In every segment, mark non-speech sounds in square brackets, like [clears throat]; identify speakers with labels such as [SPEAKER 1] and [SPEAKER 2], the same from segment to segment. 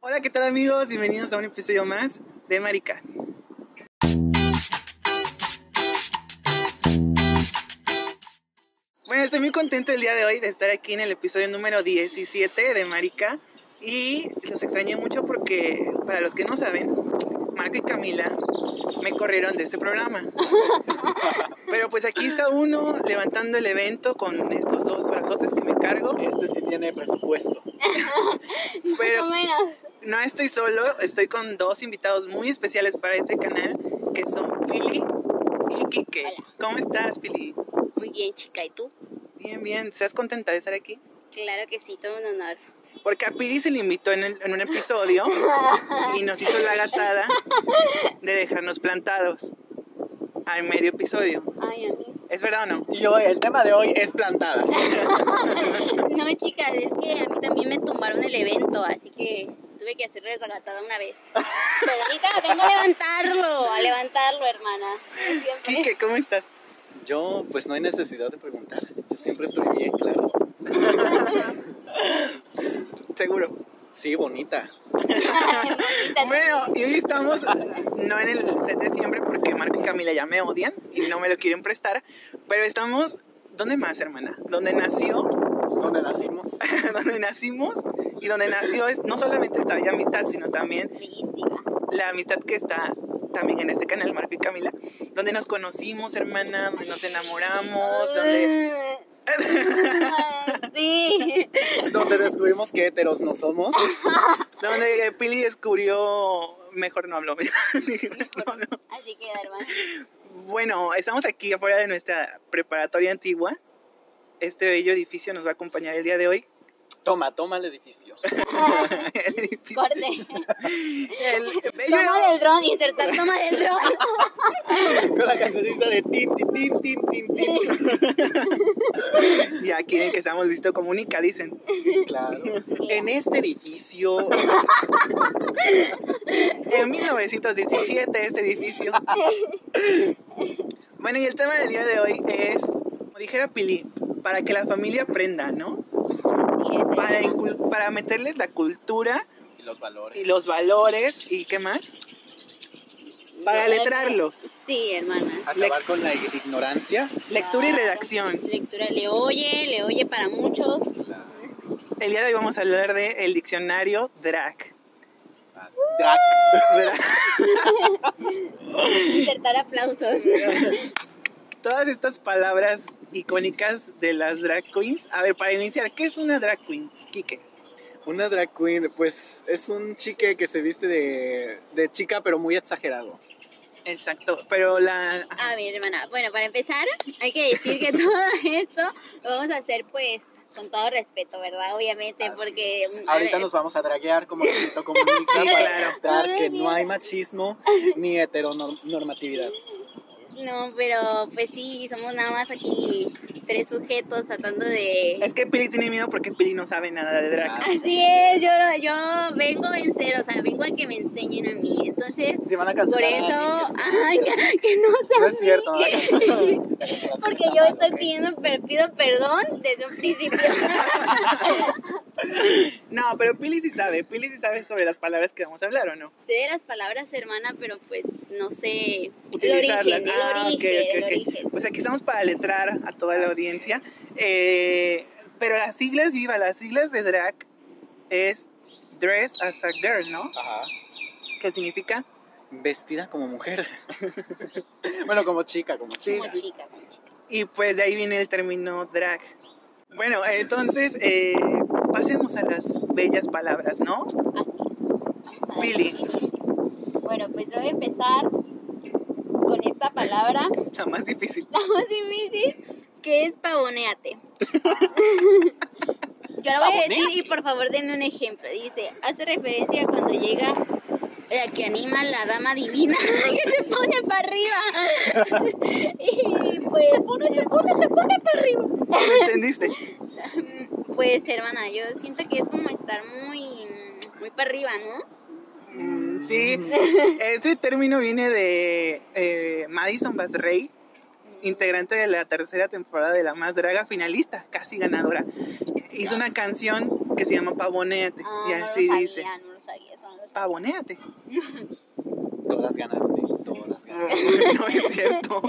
[SPEAKER 1] Hola, ¿qué tal amigos? Bienvenidos a un episodio más de Marica. Bueno, estoy muy contento el día de hoy de estar aquí en el episodio número 17 de Marica y los extrañé mucho porque, para los que no saben, Marco y Camila me corrieron de ese
[SPEAKER 2] [laughs]
[SPEAKER 1] programa. Pero pues aquí está uno levantando el evento con estos dos brazotes que me cargo.
[SPEAKER 2] Este sí tiene presupuesto.
[SPEAKER 1] Más Pero-
[SPEAKER 3] o menos.
[SPEAKER 1] No estoy solo, estoy con dos invitados muy especiales para este canal, que son Pili y Kike.
[SPEAKER 3] Hola.
[SPEAKER 1] ¿Cómo estás, Pili?
[SPEAKER 3] Muy bien, chica. ¿Y tú?
[SPEAKER 1] Bien, bien. ¿Estás contenta de estar aquí?
[SPEAKER 3] Claro que sí, todo un honor.
[SPEAKER 1] Porque a Pili se le invitó en, el- en un episodio y nos hizo la gatada de dejarnos plantados al medio episodio.
[SPEAKER 3] Ay, a mí.
[SPEAKER 1] ¿Es verdad o no?
[SPEAKER 2] Y hoy, el tema de hoy es plantadas.
[SPEAKER 3] No, chicas, es que a mí también me tumbaron el evento, así que tuve que hacer desagatada una vez. Pero ahorita lo tengo a levantarlo, a levantarlo, hermana. como siempre.
[SPEAKER 1] Kike, ¿cómo estás?
[SPEAKER 2] Yo, pues no hay necesidad de preguntar. Yo siempre estoy bien, claro.
[SPEAKER 1] [laughs] Seguro.
[SPEAKER 2] Sí, bonita.
[SPEAKER 3] Bonita,
[SPEAKER 1] Bueno, y hoy estamos no en el set de siempre porque Marco y Camila ya me odian y no me lo quieren prestar, pero estamos ¿dónde más, hermana? Donde nació, [laughs]
[SPEAKER 2] ¿Dónde nacimos?
[SPEAKER 1] donde nacimos y donde nació es no solamente esta bella amistad, sino también
[SPEAKER 3] bellísima.
[SPEAKER 1] la amistad que está también en este canal Marco y Camila, donde nos conocimos, hermana, donde nos enamoramos, donde
[SPEAKER 3] Ah, [laughs] Sí.
[SPEAKER 2] Donde descubrimos que heteros no somos.
[SPEAKER 1] donde eh, Pili descubrió mejor no hablo. [laughs] No, no.
[SPEAKER 3] Así que, hermana.
[SPEAKER 1] Bueno, estamos aquí afuera de nuestra preparatoria antigua. Este bello edificio nos va a acompañar el día de hoy. [laughs]
[SPEAKER 2] Toma, toma el edificio.
[SPEAKER 1] el edificio.
[SPEAKER 3] [laughs] Corte.
[SPEAKER 1] El bello-
[SPEAKER 3] Toma del dron, insertar toma del dron.
[SPEAKER 2] Con la cancionista de tin, tin, tin, tin, tin, tin.
[SPEAKER 1] Ya quieren que seamos listos comunica, dicen.
[SPEAKER 2] Claro.
[SPEAKER 3] Mira.
[SPEAKER 2] En este edificio.
[SPEAKER 1] En 1917 este edificio. Bueno, y el tema del día de hoy es, como dijera Pili, para que la familia aprenda, ¿no?
[SPEAKER 3] Sí, es
[SPEAKER 1] Para,
[SPEAKER 3] hermana.
[SPEAKER 1] incul- para meterles la cultura
[SPEAKER 2] Y los valores.
[SPEAKER 1] y los valores y qué más. Para letrarlos.
[SPEAKER 3] Sí, hermana.
[SPEAKER 2] Acabar con la ignorancia.
[SPEAKER 1] Lectura y redacción.
[SPEAKER 3] Lectura, le oye, le oye para muchos.
[SPEAKER 1] El día de hoy vamos a hablar de el diccionario drag.
[SPEAKER 2] Las drag.
[SPEAKER 3] Insertar aplausos.
[SPEAKER 1] Todas estas palabras icónicas de las drag queens. A ver, para iniciar, ¿qué es una drag queen, Kike?
[SPEAKER 2] Una drag queen, pues es un chique que se viste de, de chica, pero muy exagerado.
[SPEAKER 1] Exacto, pero la...
[SPEAKER 3] A ver, hermana. Bueno, para empezar, hay que decir que todo esto lo vamos a hacer, pues, con todo respeto, ¿verdad? Obviamente,
[SPEAKER 2] Así
[SPEAKER 3] porque. mm,
[SPEAKER 2] Ahorita
[SPEAKER 3] eh,
[SPEAKER 2] nos vamos a draguear como Luisito comunica
[SPEAKER 1] Sí,
[SPEAKER 2] para
[SPEAKER 1] claro.
[SPEAKER 2] demostrar
[SPEAKER 3] No,
[SPEAKER 2] que
[SPEAKER 3] no,
[SPEAKER 2] no hay
[SPEAKER 3] no.
[SPEAKER 2] machismo ni heteronormatividad.
[SPEAKER 3] No, pero pues sí, somos nada más aquí tres sujetos tratando de.
[SPEAKER 1] Es que Pili tiene miedo porque Pili no sabe nada de drag.
[SPEAKER 3] Así es, yo, yo vengo en cero, o sea, vengo a que me enseñen a mí. Entonces,
[SPEAKER 2] Si van a
[SPEAKER 3] por
[SPEAKER 2] cancelar. a
[SPEAKER 3] eso,
[SPEAKER 2] niñas.
[SPEAKER 3] ay, [laughs] que, que no
[SPEAKER 2] No
[SPEAKER 3] sean
[SPEAKER 2] es cierto, no la cancelaron. La [laughs] cancelación
[SPEAKER 3] Porque
[SPEAKER 2] está
[SPEAKER 3] yo
[SPEAKER 2] mal,
[SPEAKER 3] estoy
[SPEAKER 2] ¿ok?
[SPEAKER 3] pidiendo, per- pido perdón desde un
[SPEAKER 2] [laughs]
[SPEAKER 3] principio.
[SPEAKER 1] No, pero Pili sí sabe, Pili sí sabe sobre las palabras que vamos a hablar, ¿o no?
[SPEAKER 3] sé de las palabras hermana, pero pues no sé. El
[SPEAKER 1] Utilizarlas.
[SPEAKER 3] origen, el
[SPEAKER 1] Ah, ok,
[SPEAKER 3] origen,
[SPEAKER 1] ok,
[SPEAKER 3] el
[SPEAKER 1] ok.
[SPEAKER 3] origen.
[SPEAKER 1] Pues aquí estamos para letrar a toda la
[SPEAKER 2] Así
[SPEAKER 1] audiencia. Eh, pero las siglas, viva, las siglas de drag es Dress as a Girl, ¿no?
[SPEAKER 2] Ajá.
[SPEAKER 1] ¿Qué significa?
[SPEAKER 2] Vestida como mujer. [laughs] bueno, como chica, como
[SPEAKER 1] Sí,
[SPEAKER 2] chica.
[SPEAKER 3] Como chica, como chica.
[SPEAKER 1] Y pues de ahí viene el término drag. Bueno, entonces eh, pasemos a las bellas palabras, ¿no? [laughs]
[SPEAKER 3] Así es. Vamos a darle
[SPEAKER 1] Pili.
[SPEAKER 3] inicio. Bueno, pues yo voy a empezar con esta palabra, [laughs]
[SPEAKER 1] La más difícil.
[SPEAKER 3] la más difícil, que
[SPEAKER 1] [laughs]
[SPEAKER 3] es pavoneate. Yo la voy a decir y por favor denme un ejemplo. Dice, hace referencia a cuando llega la que anima la dama divina [laughs] que te pone para arriba.
[SPEAKER 1] [laughs]
[SPEAKER 3] [laughs] y pues... Te pone, te pone, te pone para arriba.
[SPEAKER 1] ¿Me entendiste?
[SPEAKER 3] Pues hermana, yo siento que es como estar muy, muy para arriba, ¿no?
[SPEAKER 1] Mm, sí, este término viene de eh, Madison Basrey, integrante de la tercera temporada de La Más Draga, finalista, casi ganadora. Hizo una canción que se llama Pavoneate
[SPEAKER 3] Ah,
[SPEAKER 1] y
[SPEAKER 3] no lo
[SPEAKER 1] así
[SPEAKER 3] sabía,
[SPEAKER 1] dice.
[SPEAKER 3] no lo sabía eso, no lo sabía. [laughs]
[SPEAKER 1] Pavonéate.
[SPEAKER 2] Todas ganaron, Nelly, todas ganaron.
[SPEAKER 1] no es cierto.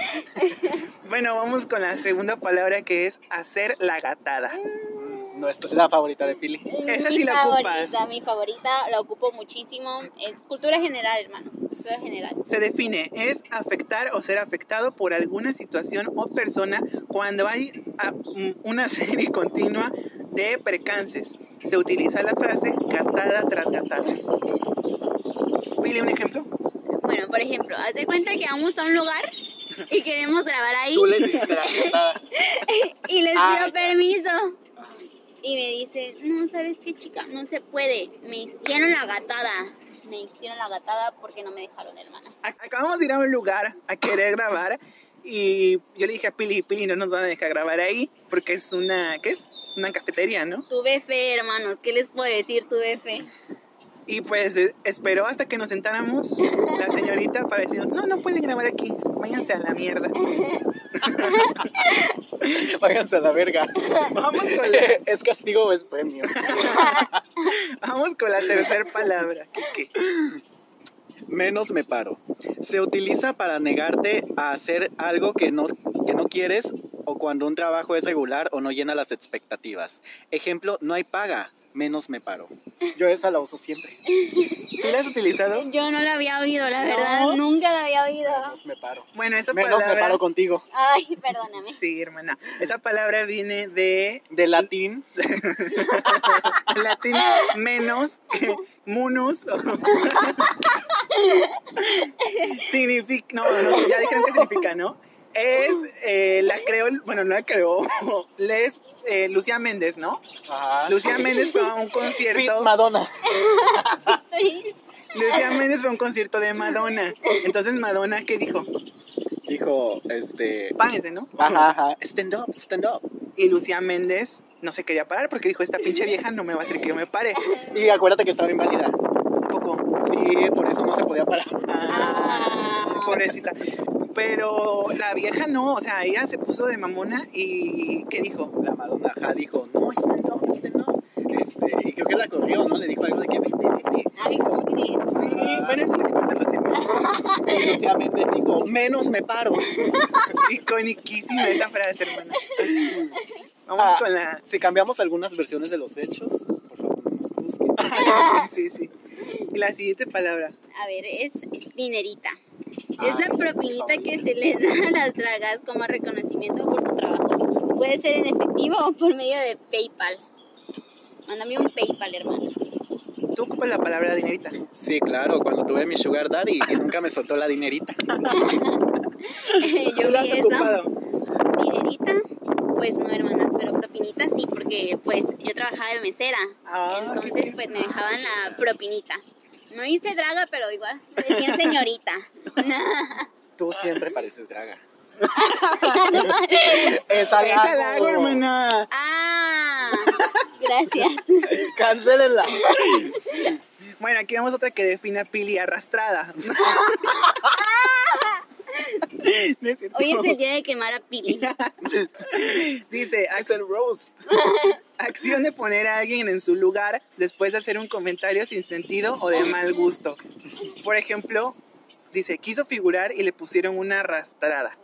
[SPEAKER 1] [laughs] bueno, vamos con la segunda palabra que es hacer la gatada.
[SPEAKER 3] Mm,
[SPEAKER 2] No, esta es la favorita de Pili.
[SPEAKER 1] esa
[SPEAKER 3] mi
[SPEAKER 1] sí la ocupas.
[SPEAKER 3] favorita, Mi favorita, la ocupo muchísimo. Es cultura general, hermanos. Cultura general.
[SPEAKER 1] Se define, es afectar o ser afectado por alguna situación o persona cuando hay ah, mm, una [laughs] serie continua de percances. Se utiliza la frase gatada tras gatada. Willy, un ejemplo.
[SPEAKER 3] Bueno, por ejemplo, haz de cuenta que vamos a un lugar y queremos grabar ahí
[SPEAKER 2] Tú le dices la gatada.
[SPEAKER 3] y les pido
[SPEAKER 2] Ah, ya.
[SPEAKER 3] permiso. Y me dice, no, ¿sabes qué, chica? No se puede. Me hicieron la gatada. Me hicieron la gatada porque no me dejaron, hermana.
[SPEAKER 1] Ac- Acabamos de ir a un lugar a querer grabar y yo le dije a Pili, Pili, no nos van a dejar grabar ahí porque es una, ¿qué es? Una cafetería, ¿no?
[SPEAKER 3] Tuve fe, hermanos. ¿Qué les puedo decir? Tuve fe.
[SPEAKER 1] Y pues eh, esperó hasta que nos sentáramos la señorita para decirnos, no, no pueden grabar aquí, váyanse a la mierda.
[SPEAKER 2] Váyanse a
[SPEAKER 1] [laughs]
[SPEAKER 2] la verga.
[SPEAKER 1] Vamos con la,
[SPEAKER 2] ¿Es castigo o es premio?
[SPEAKER 1] vamos con la tercera palabra, Kike.
[SPEAKER 2] Menos me paro. Se utiliza para negarte a hacer algo que no, que no quieres o cuando un trabajo es regular o no llena las expectativas. Ejemplo, no hay paga. Menos me paro. Yo esa la uso siempre.
[SPEAKER 1] ¿Tú la has utilizado?
[SPEAKER 3] Yo no la había oído, la
[SPEAKER 1] No.
[SPEAKER 3] verdad. Nunca la había oído.
[SPEAKER 2] Menos me paro.
[SPEAKER 1] Bueno, esa
[SPEAKER 2] Menos me
[SPEAKER 1] palabra...
[SPEAKER 2] paro contigo.
[SPEAKER 3] Ay,
[SPEAKER 1] [laughs]
[SPEAKER 3] perdóname.
[SPEAKER 1] Sí, hermana. Esa palabra viene de
[SPEAKER 2] De latín.
[SPEAKER 1] latín menos que munus. [laughs] significa, no, no, ya dijeron qué significa, ¿no? Es, eh, la creó, bueno, no la creó, [laughs] les, eh, Lucía Méndez, ¿no?
[SPEAKER 2] Ajá.
[SPEAKER 1] Lucía
[SPEAKER 2] [laughs]
[SPEAKER 1] Méndez fue a un
[SPEAKER 2] Fit
[SPEAKER 1] concierto,
[SPEAKER 2] Madonna.
[SPEAKER 3] Estoy-
[SPEAKER 1] Lucía Méndez fue a un concierto de Madonna. Entonces, Madonna, ¿qué dijo?
[SPEAKER 2] Dijo, este...
[SPEAKER 1] Párense, ¿no?
[SPEAKER 2] Ajá, ajá. Stand up, stand up.
[SPEAKER 1] Y Lucía Méndez no se quería parar porque dijo, esta pinche vieja no me va a hacer que yo me pare.
[SPEAKER 2] Y acuérdate que estaba inválida.
[SPEAKER 1] Un poco,
[SPEAKER 2] Sí, por eso no se podía parar.
[SPEAKER 1] ah,
[SPEAKER 3] Ah.
[SPEAKER 1] pobrecita. Pero la vieja no, o sea, ella se puso de mamona y ¿qué dijo?
[SPEAKER 2] la Madonna ajá, dijo, no, este no, este no. Este, y creo que la corrió, ¿no? Le dijo algo de que vete, vete.
[SPEAKER 3] Ay, ¿cómo crees?
[SPEAKER 1] Sí, bueno, eso es lo que pasa Lucía Méndez.
[SPEAKER 2] Y Lucía Méndez dijo, menos me paro.
[SPEAKER 1] Iconiquísima esa frase, hermana. Vamos
[SPEAKER 2] Ah.
[SPEAKER 1] con la...
[SPEAKER 2] Si cambiamos algunas versiones de los hechos, por favor, no nos busquen.
[SPEAKER 1] Sí, sí, sí. Y la siguiente palabra.
[SPEAKER 3] A ver, es dinerita.
[SPEAKER 2] Ay,
[SPEAKER 3] Es
[SPEAKER 1] Ah.
[SPEAKER 3] la propinita que se les da a las dragas como reconocimiento por su trabajo. Puede ser en efectivo o por medio de PayPal. Mándame un PayPal, hermano. [laughs]
[SPEAKER 1] Tú ocupas la palabra dinerita.
[SPEAKER 2] Sí, claro, cuando tuve mi sugar daddy y nunca me soltó la dinerita.
[SPEAKER 1] Tú
[SPEAKER 3] Yo
[SPEAKER 1] la has
[SPEAKER 3] vi eso.
[SPEAKER 1] ocupado.
[SPEAKER 3] Dinerita, pues no, hermanas, pero propinita sí, porque pues yo trabajaba de mesera.
[SPEAKER 1] Ah, qué
[SPEAKER 3] entonces,
[SPEAKER 1] bien.
[SPEAKER 3] pues me dejaban la propinita. No hice draga, pero igual me decían señorita. [laughs]
[SPEAKER 2] Tú siempre pareces draga. es halago.
[SPEAKER 1] Esa la hago, hermana.
[SPEAKER 3] ah, gracias.
[SPEAKER 2] Cancélenla.
[SPEAKER 1] Bueno, aquí vemos otra que define a Pili arrastrada. No es cierto.
[SPEAKER 3] Hoy es el día de quemar a Pili.
[SPEAKER 1] Dice,
[SPEAKER 2] [laughs] Es el
[SPEAKER 1] "Ac- [laughs]
[SPEAKER 2] roast.
[SPEAKER 1] acción de poner a alguien en su lugar después de hacer un comentario sin sentido o de mal gusto. Por ejemplo, dice, quiso figurar y le pusieron una arrastrada.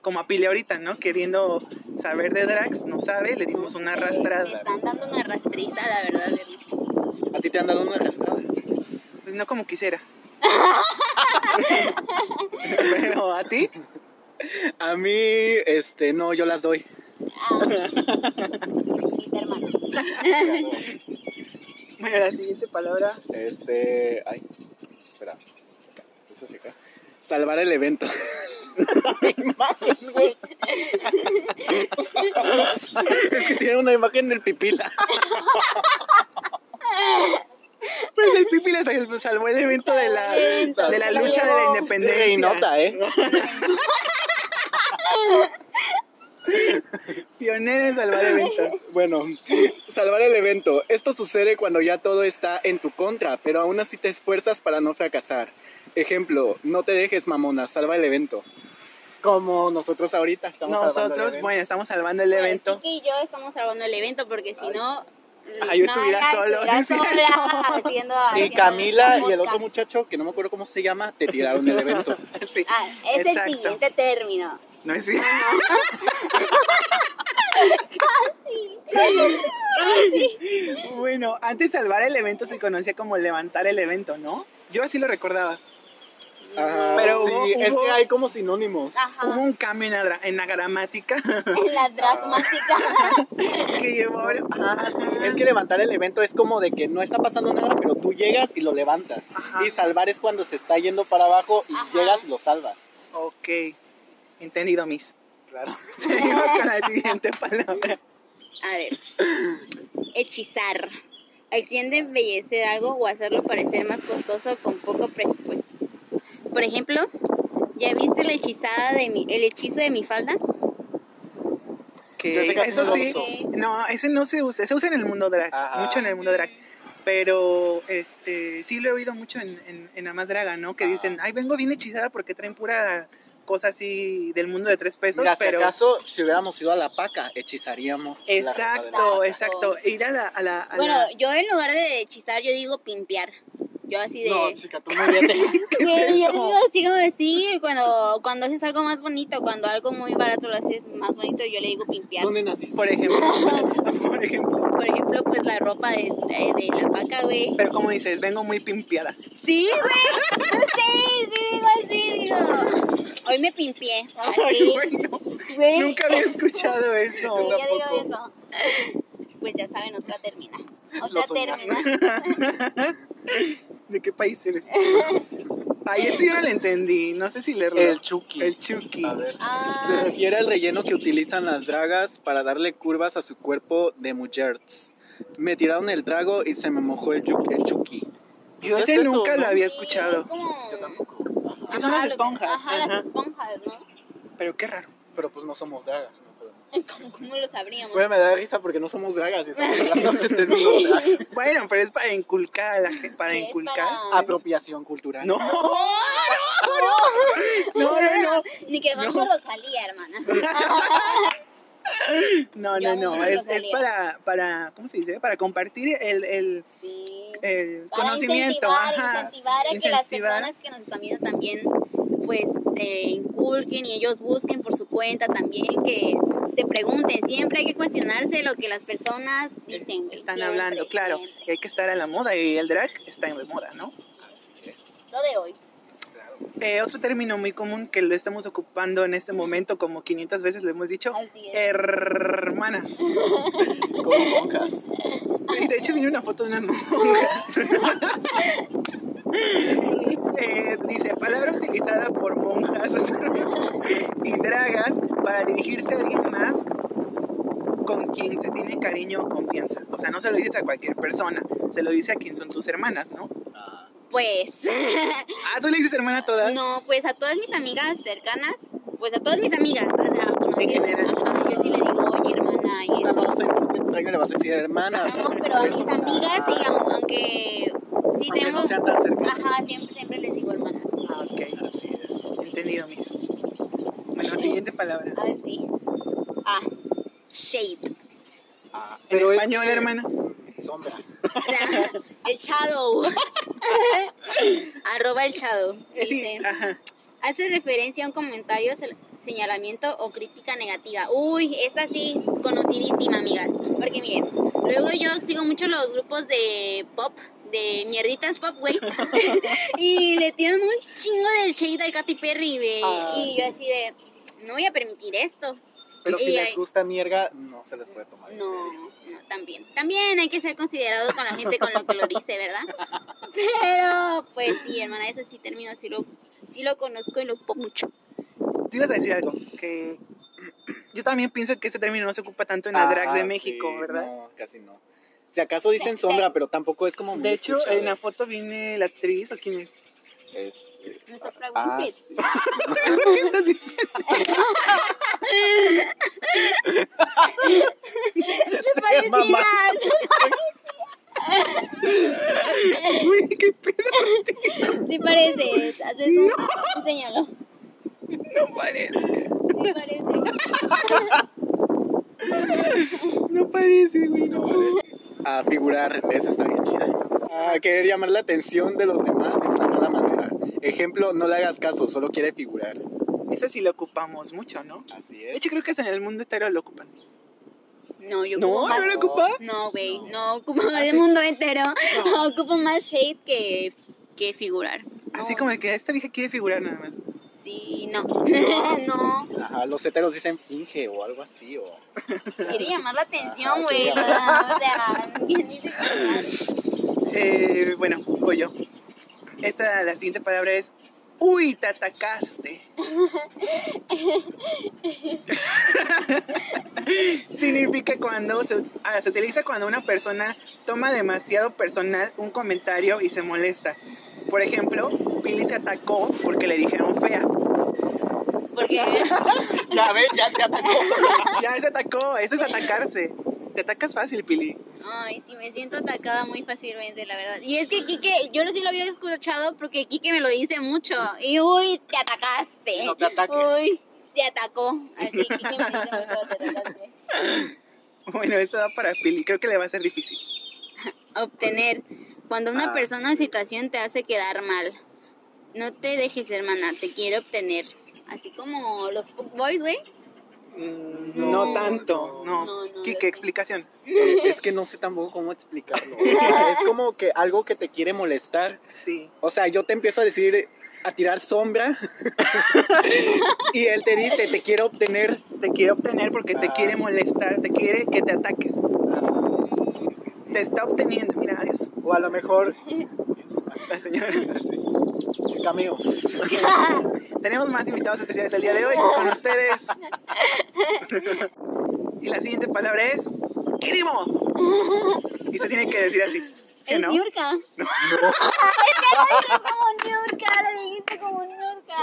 [SPEAKER 1] Como a Pili ahorita, ¿no? Queriendo saber de Drax, no sabe, le dimos una
[SPEAKER 3] Me
[SPEAKER 1] arrastrada.
[SPEAKER 3] están dando una rastriza, la verdad. hermano.
[SPEAKER 2] A ti te han dado una arrastrada.
[SPEAKER 1] Pues no como
[SPEAKER 2] [laughs]
[SPEAKER 1] quisiera. Pero a ti,
[SPEAKER 2] A mí, este, no, yo las doy.
[SPEAKER 3] Ah, mi hermano.
[SPEAKER 1] bueno, la siguiente palabra
[SPEAKER 2] Este. Ay, espera. Acá, Eso sí, acá. Salvar el evento. [laughs] imagen, güey. es que tiene una imagen del pipila. [laughs]
[SPEAKER 1] Pues el Pipi le sal- salvó el evento de la, de la lucha de la independencia.
[SPEAKER 2] Y nota, ¿eh?
[SPEAKER 1] Pionera en salvar eventos.
[SPEAKER 2] Bueno, [laughs] salvar el evento. Esto sucede cuando ya todo está en tu contra, pero aún así te esfuerzas para no fracasar. Ejemplo, no te dejes mamona, salva el evento. Como nosotros ahorita estamos salvando el
[SPEAKER 1] Nosotros,
[SPEAKER 2] evento.
[SPEAKER 1] bueno, estamos salvando el evento. [laughs]
[SPEAKER 3] Kike y yo estamos salvando el evento porque si no,
[SPEAKER 1] Ah, yo estuviera
[SPEAKER 3] Mara
[SPEAKER 1] solo,
[SPEAKER 3] estuviera
[SPEAKER 1] sí, es cierto. [laughs]
[SPEAKER 3] sola haciendo,
[SPEAKER 2] Y
[SPEAKER 3] haciendo
[SPEAKER 2] Camila
[SPEAKER 3] un
[SPEAKER 2] y el otro
[SPEAKER 3] podcast.
[SPEAKER 2] muchacho, que no me acuerdo cómo se llama, te tiraron
[SPEAKER 1] [laughs]
[SPEAKER 2] del evento.
[SPEAKER 1] Sí,
[SPEAKER 3] Ah, es
[SPEAKER 1] Exacto.
[SPEAKER 3] el siguiente término.
[SPEAKER 1] no es cierto. Bueno, antes salvar el evento se conocía como levantar el evento, ¿no? Yo así lo recordaba.
[SPEAKER 2] Ajá,
[SPEAKER 1] Pero
[SPEAKER 2] sí,
[SPEAKER 1] hubo-
[SPEAKER 2] es
[SPEAKER 1] hubo-
[SPEAKER 2] que hay como sinónimos.
[SPEAKER 3] Ajá.
[SPEAKER 1] Hubo un cambio en la, dra- en la gramática [laughs]
[SPEAKER 3] En [laughs] la dramática.
[SPEAKER 1] que llevó ahora.
[SPEAKER 2] Ah, sí, es que levantar el evento es como de que no está pasando nada, pero tú llegas y lo levantas.
[SPEAKER 1] Ajá.
[SPEAKER 2] Y salvar es cuando se está yendo para abajo y
[SPEAKER 3] Ajá.
[SPEAKER 2] llegas y lo salvas.
[SPEAKER 1] Ok, entendido, Miss.
[SPEAKER 2] Claro.
[SPEAKER 1] [laughs] Seguimos con la siguiente palabra.
[SPEAKER 3] A ver. Hechizar. Acción de embellecer algo o hacerlo parecer más costoso con poco presupuesto. Por ejemplo, ¿ya viste la hechizada de mi, el hechizo de mi falda?
[SPEAKER 1] Que
[SPEAKER 2] Yo sé que
[SPEAKER 1] eso
[SPEAKER 2] no lo
[SPEAKER 1] sí,
[SPEAKER 2] uso.
[SPEAKER 1] no, ese no se usa, se usa en el mundo drag,
[SPEAKER 2] Ajá.
[SPEAKER 1] mucho en el mundo drag. Pero este sí lo he oído mucho en, en, en Amas Draga, ¿no? Que
[SPEAKER 2] Ah.
[SPEAKER 1] dicen, ay, vengo bien hechizada porque traen pura cosa así del mundo de tres pesos,
[SPEAKER 2] Mira,
[SPEAKER 1] pero...
[SPEAKER 2] si acaso, si hubiéramos ido a la paca, hechizaríamos. la ropa de la
[SPEAKER 1] Exacto,
[SPEAKER 2] paca.
[SPEAKER 1] exacto. Ir a la... A la, a
[SPEAKER 3] Bueno,
[SPEAKER 1] la-
[SPEAKER 3] yo en lugar de hechizar, yo digo pimpear. Yo así de...
[SPEAKER 2] No, chica, tú muy bien.
[SPEAKER 1] ¿qué [laughs] es
[SPEAKER 3] Güey, yo
[SPEAKER 1] eso?
[SPEAKER 3] digo así como de, sí, cuando, cuando haces algo más bonito, cuando algo muy barato lo haces más bonito, yo le digo pimpear.
[SPEAKER 2] ¿Dónde naciste?
[SPEAKER 1] Por ejemplo, [laughs] por ejemplo.
[SPEAKER 3] Por ejemplo, pues la ropa de, de- de la paca, güey.
[SPEAKER 1] Pero como dices, vengo muy pimpiada.
[SPEAKER 3] Sí, güey. [laughs] Sí, sí, digo así, digo. Hoy me pimpié.
[SPEAKER 1] Ay,
[SPEAKER 3] Así,
[SPEAKER 1] [laughs] bueno,
[SPEAKER 3] güey.
[SPEAKER 1] nunca había escuchado eso.
[SPEAKER 3] Sí, yo digo eso. Pues ya saben, otra termina. Otra
[SPEAKER 2] soñaste.
[SPEAKER 3] termina.
[SPEAKER 1] [laughs] ¿De qué país eres? Ay, esto yo no lo entendí. No sé si leerlo.
[SPEAKER 2] El Chucky.
[SPEAKER 1] El Chucky.
[SPEAKER 2] A ver. Se
[SPEAKER 3] Ah,
[SPEAKER 2] refiere al relleno que utilizan las dragas para darle curvas a su cuerpo de mujeres. Me tiraron el trago y se me mojó el, yu- el Chucky.
[SPEAKER 1] Yo
[SPEAKER 2] Pues
[SPEAKER 1] ese
[SPEAKER 2] es eso,
[SPEAKER 1] nunca lo
[SPEAKER 2] ¿no?
[SPEAKER 1] había
[SPEAKER 3] sí,
[SPEAKER 1] escuchado.
[SPEAKER 3] es como-
[SPEAKER 2] Yo tampoco.
[SPEAKER 1] Sí, son las
[SPEAKER 3] Ajá, Ah, lo que-
[SPEAKER 1] esponjas.
[SPEAKER 3] Ajá,
[SPEAKER 1] ajá.
[SPEAKER 3] las esponjas, ¿no? [laughs]
[SPEAKER 1] Pero qué raro.
[SPEAKER 2] Pero pues no somos dragas, no podemos.
[SPEAKER 3] ¿Cómo, cómo lo sabríamos? [laughs]
[SPEAKER 2] Bueno, me da risa porque no somos dragas y estamos hablando de términos drag.
[SPEAKER 1] Bueno, pero es para inculcar a la gente. Para
[SPEAKER 3] Sí, es
[SPEAKER 1] inculcar.
[SPEAKER 3] para-
[SPEAKER 2] Apropiación
[SPEAKER 3] [laughs]
[SPEAKER 2] cultural.
[SPEAKER 1] No. No, no, no.
[SPEAKER 3] Ni que
[SPEAKER 1] No.
[SPEAKER 3] vamos a Rosalía, hermana.
[SPEAKER 1] [laughs] No,
[SPEAKER 3] Yo
[SPEAKER 1] no,
[SPEAKER 3] amo
[SPEAKER 1] no.
[SPEAKER 3] mucho
[SPEAKER 1] Es, es
[SPEAKER 3] Rosalía.
[SPEAKER 1] para, para, ¿cómo se dice? Para compartir el, el,
[SPEAKER 3] Sí.
[SPEAKER 1] el
[SPEAKER 3] Para
[SPEAKER 1] conocimiento.
[SPEAKER 3] incentivar,
[SPEAKER 1] Ajá.
[SPEAKER 3] incentivar a que las
[SPEAKER 1] Incentivar.
[SPEAKER 3] personas que nos están viendo también pues se inculquen y ellos busquen por su cuenta también que se pregunten, siempre hay que cuestionarse lo que las personas dicen. güey,
[SPEAKER 1] Están
[SPEAKER 3] siempre,
[SPEAKER 1] hablando, claro.
[SPEAKER 3] siempre.
[SPEAKER 1] que hay que estar a la moda y el drag está en moda, ¿no?
[SPEAKER 3] Lo de hoy.
[SPEAKER 1] Eh, otro término muy común que lo estamos ocupando en este momento, como 500 veces lo hemos dicho,
[SPEAKER 3] Así es.
[SPEAKER 1] hermana.
[SPEAKER 2] Como monjas.
[SPEAKER 1] Y de hecho viene una foto de unas monjas.
[SPEAKER 3] [laughs]
[SPEAKER 1] Eh, dice, palabra utilizada por monjas [laughs] y dragas para dirigirse a alguien más con quien se tiene cariño o confianza. O sea, no se lo dices a cualquier persona, se lo dice a quien son tus hermanas, ¿no?
[SPEAKER 3] [laughs] Pues
[SPEAKER 1] Ah, tú le dices hermana a todas.
[SPEAKER 3] no, pues a todas mis amigas cercanas, pues a todas mis amigas, o sea, conocidas,
[SPEAKER 1] general.
[SPEAKER 3] ajá, yo sí le digo, oye hermana, y
[SPEAKER 2] O sea,
[SPEAKER 3] esto.
[SPEAKER 2] no vas a ir por un extraño y le vas a decir hermana.
[SPEAKER 3] No, pero a mis amigas sí, aun- aunque sí
[SPEAKER 2] Aunque
[SPEAKER 3] tengo.
[SPEAKER 2] no sean tan cercanas.
[SPEAKER 3] Ajá, siempre, siempre les digo hermana.
[SPEAKER 1] Ah, ok,
[SPEAKER 2] Así es.
[SPEAKER 1] entendido, mis. Bueno, siguiente palabra.
[SPEAKER 3] A ver, sí. Ah, shade. [laughs]
[SPEAKER 2] Ah,
[SPEAKER 1] En
[SPEAKER 2] pero es
[SPEAKER 1] español,
[SPEAKER 2] que-
[SPEAKER 1] hermana.
[SPEAKER 2] Sombra.
[SPEAKER 3] El shadow. [laughs] Arroba el shadow.
[SPEAKER 1] Eh, Sí,
[SPEAKER 3] Dice,
[SPEAKER 1] ajá.
[SPEAKER 3] hace referencia a un comentario, sel- señalamiento o crítica negativa. Uy, esta sí, conocidísima, amigas. Porque miren, luego yo sigo mucho los grupos de pop, de mierditas pop, güey. [laughs] y le tiran un chingo del shade al Katy Perry, güey.
[SPEAKER 2] Ah,
[SPEAKER 3] y yo así de, no voy a permitir esto.
[SPEAKER 2] Pero si
[SPEAKER 3] Y
[SPEAKER 2] les
[SPEAKER 3] hay-
[SPEAKER 2] gusta mierga, no se les puede tomar en
[SPEAKER 3] No,
[SPEAKER 2] serio.
[SPEAKER 3] no, también. También hay que ser considerado con la gente con lo que lo
[SPEAKER 1] [laughs]
[SPEAKER 3] dice, ¿verdad? Pero, pues sí, hermana, eso sí termino, sí lo, sí lo conozco y lo ocupo mucho.
[SPEAKER 1] Tú ibas a decir algo, que yo también pienso que este término no se ocupa tanto en las drags de
[SPEAKER 2] Ah,
[SPEAKER 1] México,
[SPEAKER 2] sí,
[SPEAKER 1] ¿verdad?
[SPEAKER 2] No, casi no. Si acaso dicen sombra, pero tampoco es como muy
[SPEAKER 1] De hecho,
[SPEAKER 2] escuchado.
[SPEAKER 1] en la foto viene la actriz, ¿o quién es? [laughs]
[SPEAKER 2] Este,
[SPEAKER 3] Nuestro Frag
[SPEAKER 2] ah,
[SPEAKER 3] Winfrey.
[SPEAKER 2] sí.
[SPEAKER 1] ¿Por qué estás diciendo?
[SPEAKER 3] ¡Se
[SPEAKER 2] [laughs]
[SPEAKER 3] parecía!
[SPEAKER 2] mamá.
[SPEAKER 1] [laughs] Güey, qué pedo,
[SPEAKER 3] Sí pareces. Haces un... Enséñalo.
[SPEAKER 1] no parece,
[SPEAKER 3] Sí pareces.
[SPEAKER 1] no parece, güey, no parece.
[SPEAKER 2] a figurar. Eso está bien chida. A querer llamar la atención de los demás de una mala manera. Ejemplo, no le hagas caso, solo quiere figurar.
[SPEAKER 1] Eso sí lo ocupamos mucho, ¿no?
[SPEAKER 2] Así
[SPEAKER 1] De
[SPEAKER 2] es.
[SPEAKER 1] hecho, creo que hasta en el mundo entero lo ocupan.
[SPEAKER 3] No, yo
[SPEAKER 1] No, Ah,
[SPEAKER 3] ocupo
[SPEAKER 1] no
[SPEAKER 3] más.
[SPEAKER 1] lo ocupa.
[SPEAKER 3] No, güey,
[SPEAKER 2] No.
[SPEAKER 3] no ocupo el mundo entero.
[SPEAKER 1] No.
[SPEAKER 3] Ocupo más shade que, que figurar.
[SPEAKER 1] Así
[SPEAKER 3] No,
[SPEAKER 1] como de que esta vieja quiere figurar nada más.
[SPEAKER 3] Sí, no. [laughs] no.
[SPEAKER 2] Ajá, los heteros dicen finge o algo así. O...
[SPEAKER 3] Quiere llamar la atención,
[SPEAKER 2] Ajá,
[SPEAKER 3] güey.
[SPEAKER 2] quiere
[SPEAKER 3] O sea, [laughs] ¿quién dice que
[SPEAKER 1] Eh, bueno, voy yo. Esta, la siguiente palabra es, uy, te atacaste. Significa cuando se, ah, se utiliza cuando una persona toma demasiado personal un comentario y se molesta. Por ejemplo, Pili se atacó porque le dijeron fea.
[SPEAKER 3] no? Porque
[SPEAKER 2] Ya ven, ya se atacó.
[SPEAKER 1] Ah, Ya se atacó, eso es atacarse. Te atacas fácil, Pili.
[SPEAKER 3] Ay, sí, me siento atacada muy fácilmente, la verdad. Y es que Quique, yo no sí lo había escuchado porque Quique me lo dice mucho. Y uy, te atacaste.
[SPEAKER 2] No te ataques.
[SPEAKER 3] Uy, se atacó. Así Quique me dice mucho, te atacaste.
[SPEAKER 1] Bueno, eso va para Pili, creo que le va a ser difícil.
[SPEAKER 3] Obtener. Cuando una
[SPEAKER 2] Ah.
[SPEAKER 3] persona o situación te hace quedar mal. No te dejes, hermana, te quiero obtener. Así como los boys, güey.
[SPEAKER 1] Mm,
[SPEAKER 3] No.
[SPEAKER 1] No, tanto, no.
[SPEAKER 3] No, no,
[SPEAKER 1] Kike,
[SPEAKER 3] lo sé.
[SPEAKER 1] explicación.
[SPEAKER 2] Eh, es que no sé tampoco cómo explicarlo. Es, es como que algo que te quiere molestar.
[SPEAKER 1] Sí.
[SPEAKER 2] O sea, yo te empiezo a decir, a tirar sombra. [laughs] y él te dice, te quiero obtener.
[SPEAKER 1] Te quiere obtener porque te
[SPEAKER 2] Ah.
[SPEAKER 1] quiere molestar, te quiere que te ataques. Te está obteniendo. Mira, adiós.
[SPEAKER 2] O a lo mejor
[SPEAKER 1] La señora.
[SPEAKER 2] cameos.
[SPEAKER 1] Tenemos más invitados especiales el día de hoy con ustedes. y la siguiente palabra es ¡Kirimo! Y se tiene que decir así. ¿Sí o
[SPEAKER 3] [laughs] es
[SPEAKER 1] no?
[SPEAKER 3] Niurka. No. es que lo dices como Niurka, lo dijiste como Niurka.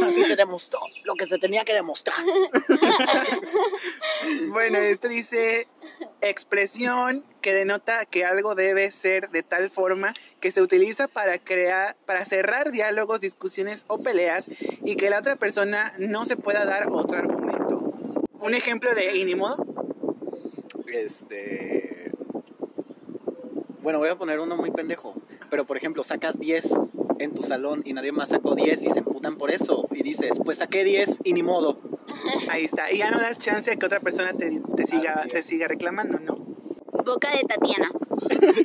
[SPEAKER 2] Aquí se demostró lo que se tenía que demostrar.
[SPEAKER 1] Bueno, este dice expresión que denota que algo debe ser de tal forma que se utiliza para crear, para cerrar diálogos, discusiones o peleas y que la otra persona no se pueda dar otro argumento. Un ejemplo de y ni modo.
[SPEAKER 2] Este. Bueno, voy a poner uno muy pendejo. Pero, por ejemplo, sacas 10 en tu salón y nadie más sacó 10 y se emputan por eso. Y dices, pues saqué 10 y ni modo.
[SPEAKER 1] Ahí está. Y ya no das chance a que otra persona te, te siga,
[SPEAKER 2] Así
[SPEAKER 1] te
[SPEAKER 2] es.
[SPEAKER 1] siga reclamando, ¿no?
[SPEAKER 3] Boca de Tatiana.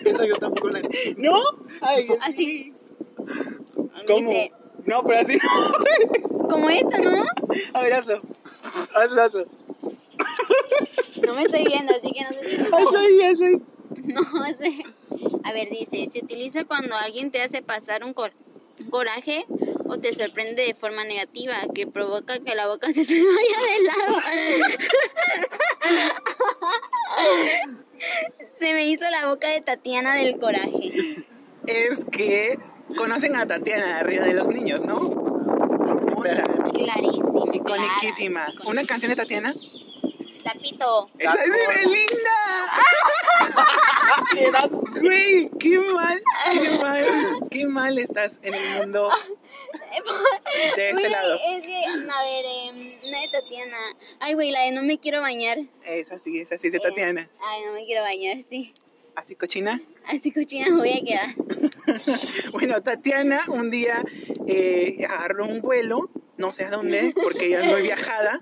[SPEAKER 2] Esa yo tampoco la- ¿No? Ay, es-
[SPEAKER 3] Así.
[SPEAKER 2] ¿Cómo?
[SPEAKER 3] Dice,
[SPEAKER 1] No, pero así. [laughs]
[SPEAKER 3] como esta, ¿no?
[SPEAKER 1] A ver, hazlo. Hazlo, hazlo.
[SPEAKER 3] No me estoy viendo, así que no sé si
[SPEAKER 1] Hazlo ahí, hazlo ahí.
[SPEAKER 3] No [laughs] sé. A ver, dice, se utiliza cuando alguien te hace pasar un cor- un coraje o te sorprende de forma negativa, que provoca que la boca se te [laughs] vaya de lado. [laughs] se me hizo la boca de Tatiana del coraje.
[SPEAKER 1] Es que conocen a Tatiana arriba de los niños, ¿no? Hermosa.
[SPEAKER 3] Clarísimo.
[SPEAKER 1] Iconiquísima.
[SPEAKER 3] clara,
[SPEAKER 1] ¿Una canción de Tatiana?
[SPEAKER 3] Zapito.
[SPEAKER 1] ¡Esa es de Belinda! ¡Güey! ¡Qué mal! ¡Qué mal! ¡Qué mal estás en el mundo de este
[SPEAKER 3] Güey,
[SPEAKER 1] lado!
[SPEAKER 3] Es que, a ver, eh, una de Tatiana. Ay, güey, la de no me quiero bañar.
[SPEAKER 1] Esa sí, esa sí es de
[SPEAKER 3] Eh,
[SPEAKER 1] Tatiana.
[SPEAKER 3] Ay, no me quiero bañar, sí.
[SPEAKER 1] Así cochina.
[SPEAKER 3] Así cochina me voy a quedar.
[SPEAKER 1] Bueno, Tatiana un día eh, agarró un vuelo, no sé a dónde, porque ella es muy viajada.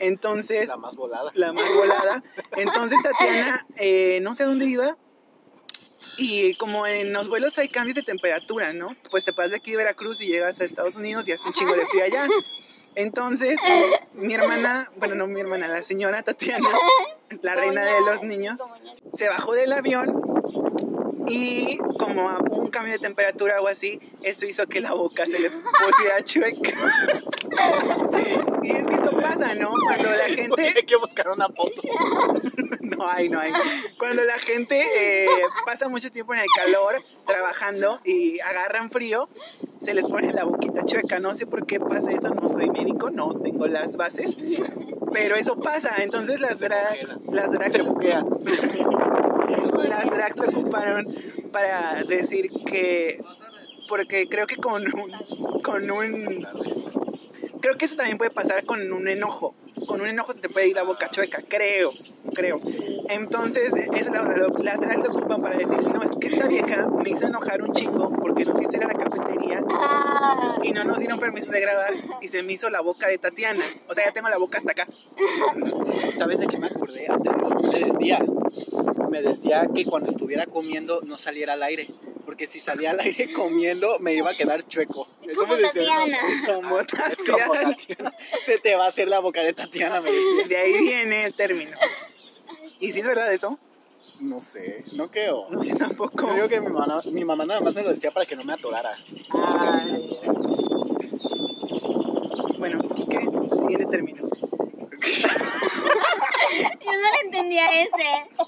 [SPEAKER 1] Entonces,
[SPEAKER 2] la más volada.
[SPEAKER 1] la más volada. Entonces Tatiana, eh, no sé a dónde iba. Y como en los vuelos hay cambios de temperatura, ¿no? Pues te pasas de aquí de Veracruz y llegas a Estados Unidos y hace un chingo de frío allá. Entonces, mi hermana, bueno, no mi hermana, la señora Tatiana, la reina de los niños,
[SPEAKER 3] Como una-
[SPEAKER 1] se bajó del avión y como a un cambio de temperatura o así, eso hizo que la boca se le pusiera chueca. [laughs] Y es que eso pasa, ¿no? Cuando la gente...
[SPEAKER 2] Tiene que buscar una foto.
[SPEAKER 1] No hay, no hay. Cuando la gente eh, pasa mucho tiempo en el calor trabajando y agarran frío, se les pone la boquita chueca. No sé por qué pasa eso, no soy médico, no tengo las bases, pero eso pasa. Entonces las
[SPEAKER 2] Se
[SPEAKER 1] drags, las drags,
[SPEAKER 2] Se buguea.
[SPEAKER 1] las drags lo ocuparon para decir que, porque creo que con un, con un, creo que eso también puede pasar con un enojo, con con un enojo se te puede ir la boca chueca, creo, creo. Entonces, es la hora, lo- las las lo ocupan para decir, no, es que esta vieja me hizo enojar un chingo porque nos hice ir a la cafetería
[SPEAKER 3] Ah,
[SPEAKER 1] y no nos dieron permiso de grabar y se me hizo la boca de Tatiana. O sea, ya tengo la boca hasta acá.
[SPEAKER 2] ¿Sabes de qué me acordé? Antes me decía, me decía que cuando estuviera comiendo no saliera al aire. Porque si salía al aire [laughs] comiendo me iba a quedar chueco.
[SPEAKER 3] Como
[SPEAKER 2] me decía,
[SPEAKER 3] Tatiana.
[SPEAKER 2] Ah, Como
[SPEAKER 1] Como
[SPEAKER 2] Tatiana.
[SPEAKER 1] Tatiana.
[SPEAKER 2] Se te va a hacer la boca de Tatiana, me decía.
[SPEAKER 1] De ahí viene el término. ¿Y si es verdad eso?
[SPEAKER 2] No sé, no creo.
[SPEAKER 1] No, yo tampoco.
[SPEAKER 2] Creo que mi mamá, mi mamá nada más me lo decía para que no me atorara.
[SPEAKER 1] Ay. Bueno, Kike, siguiente término.
[SPEAKER 3] Yo no le entendía ese.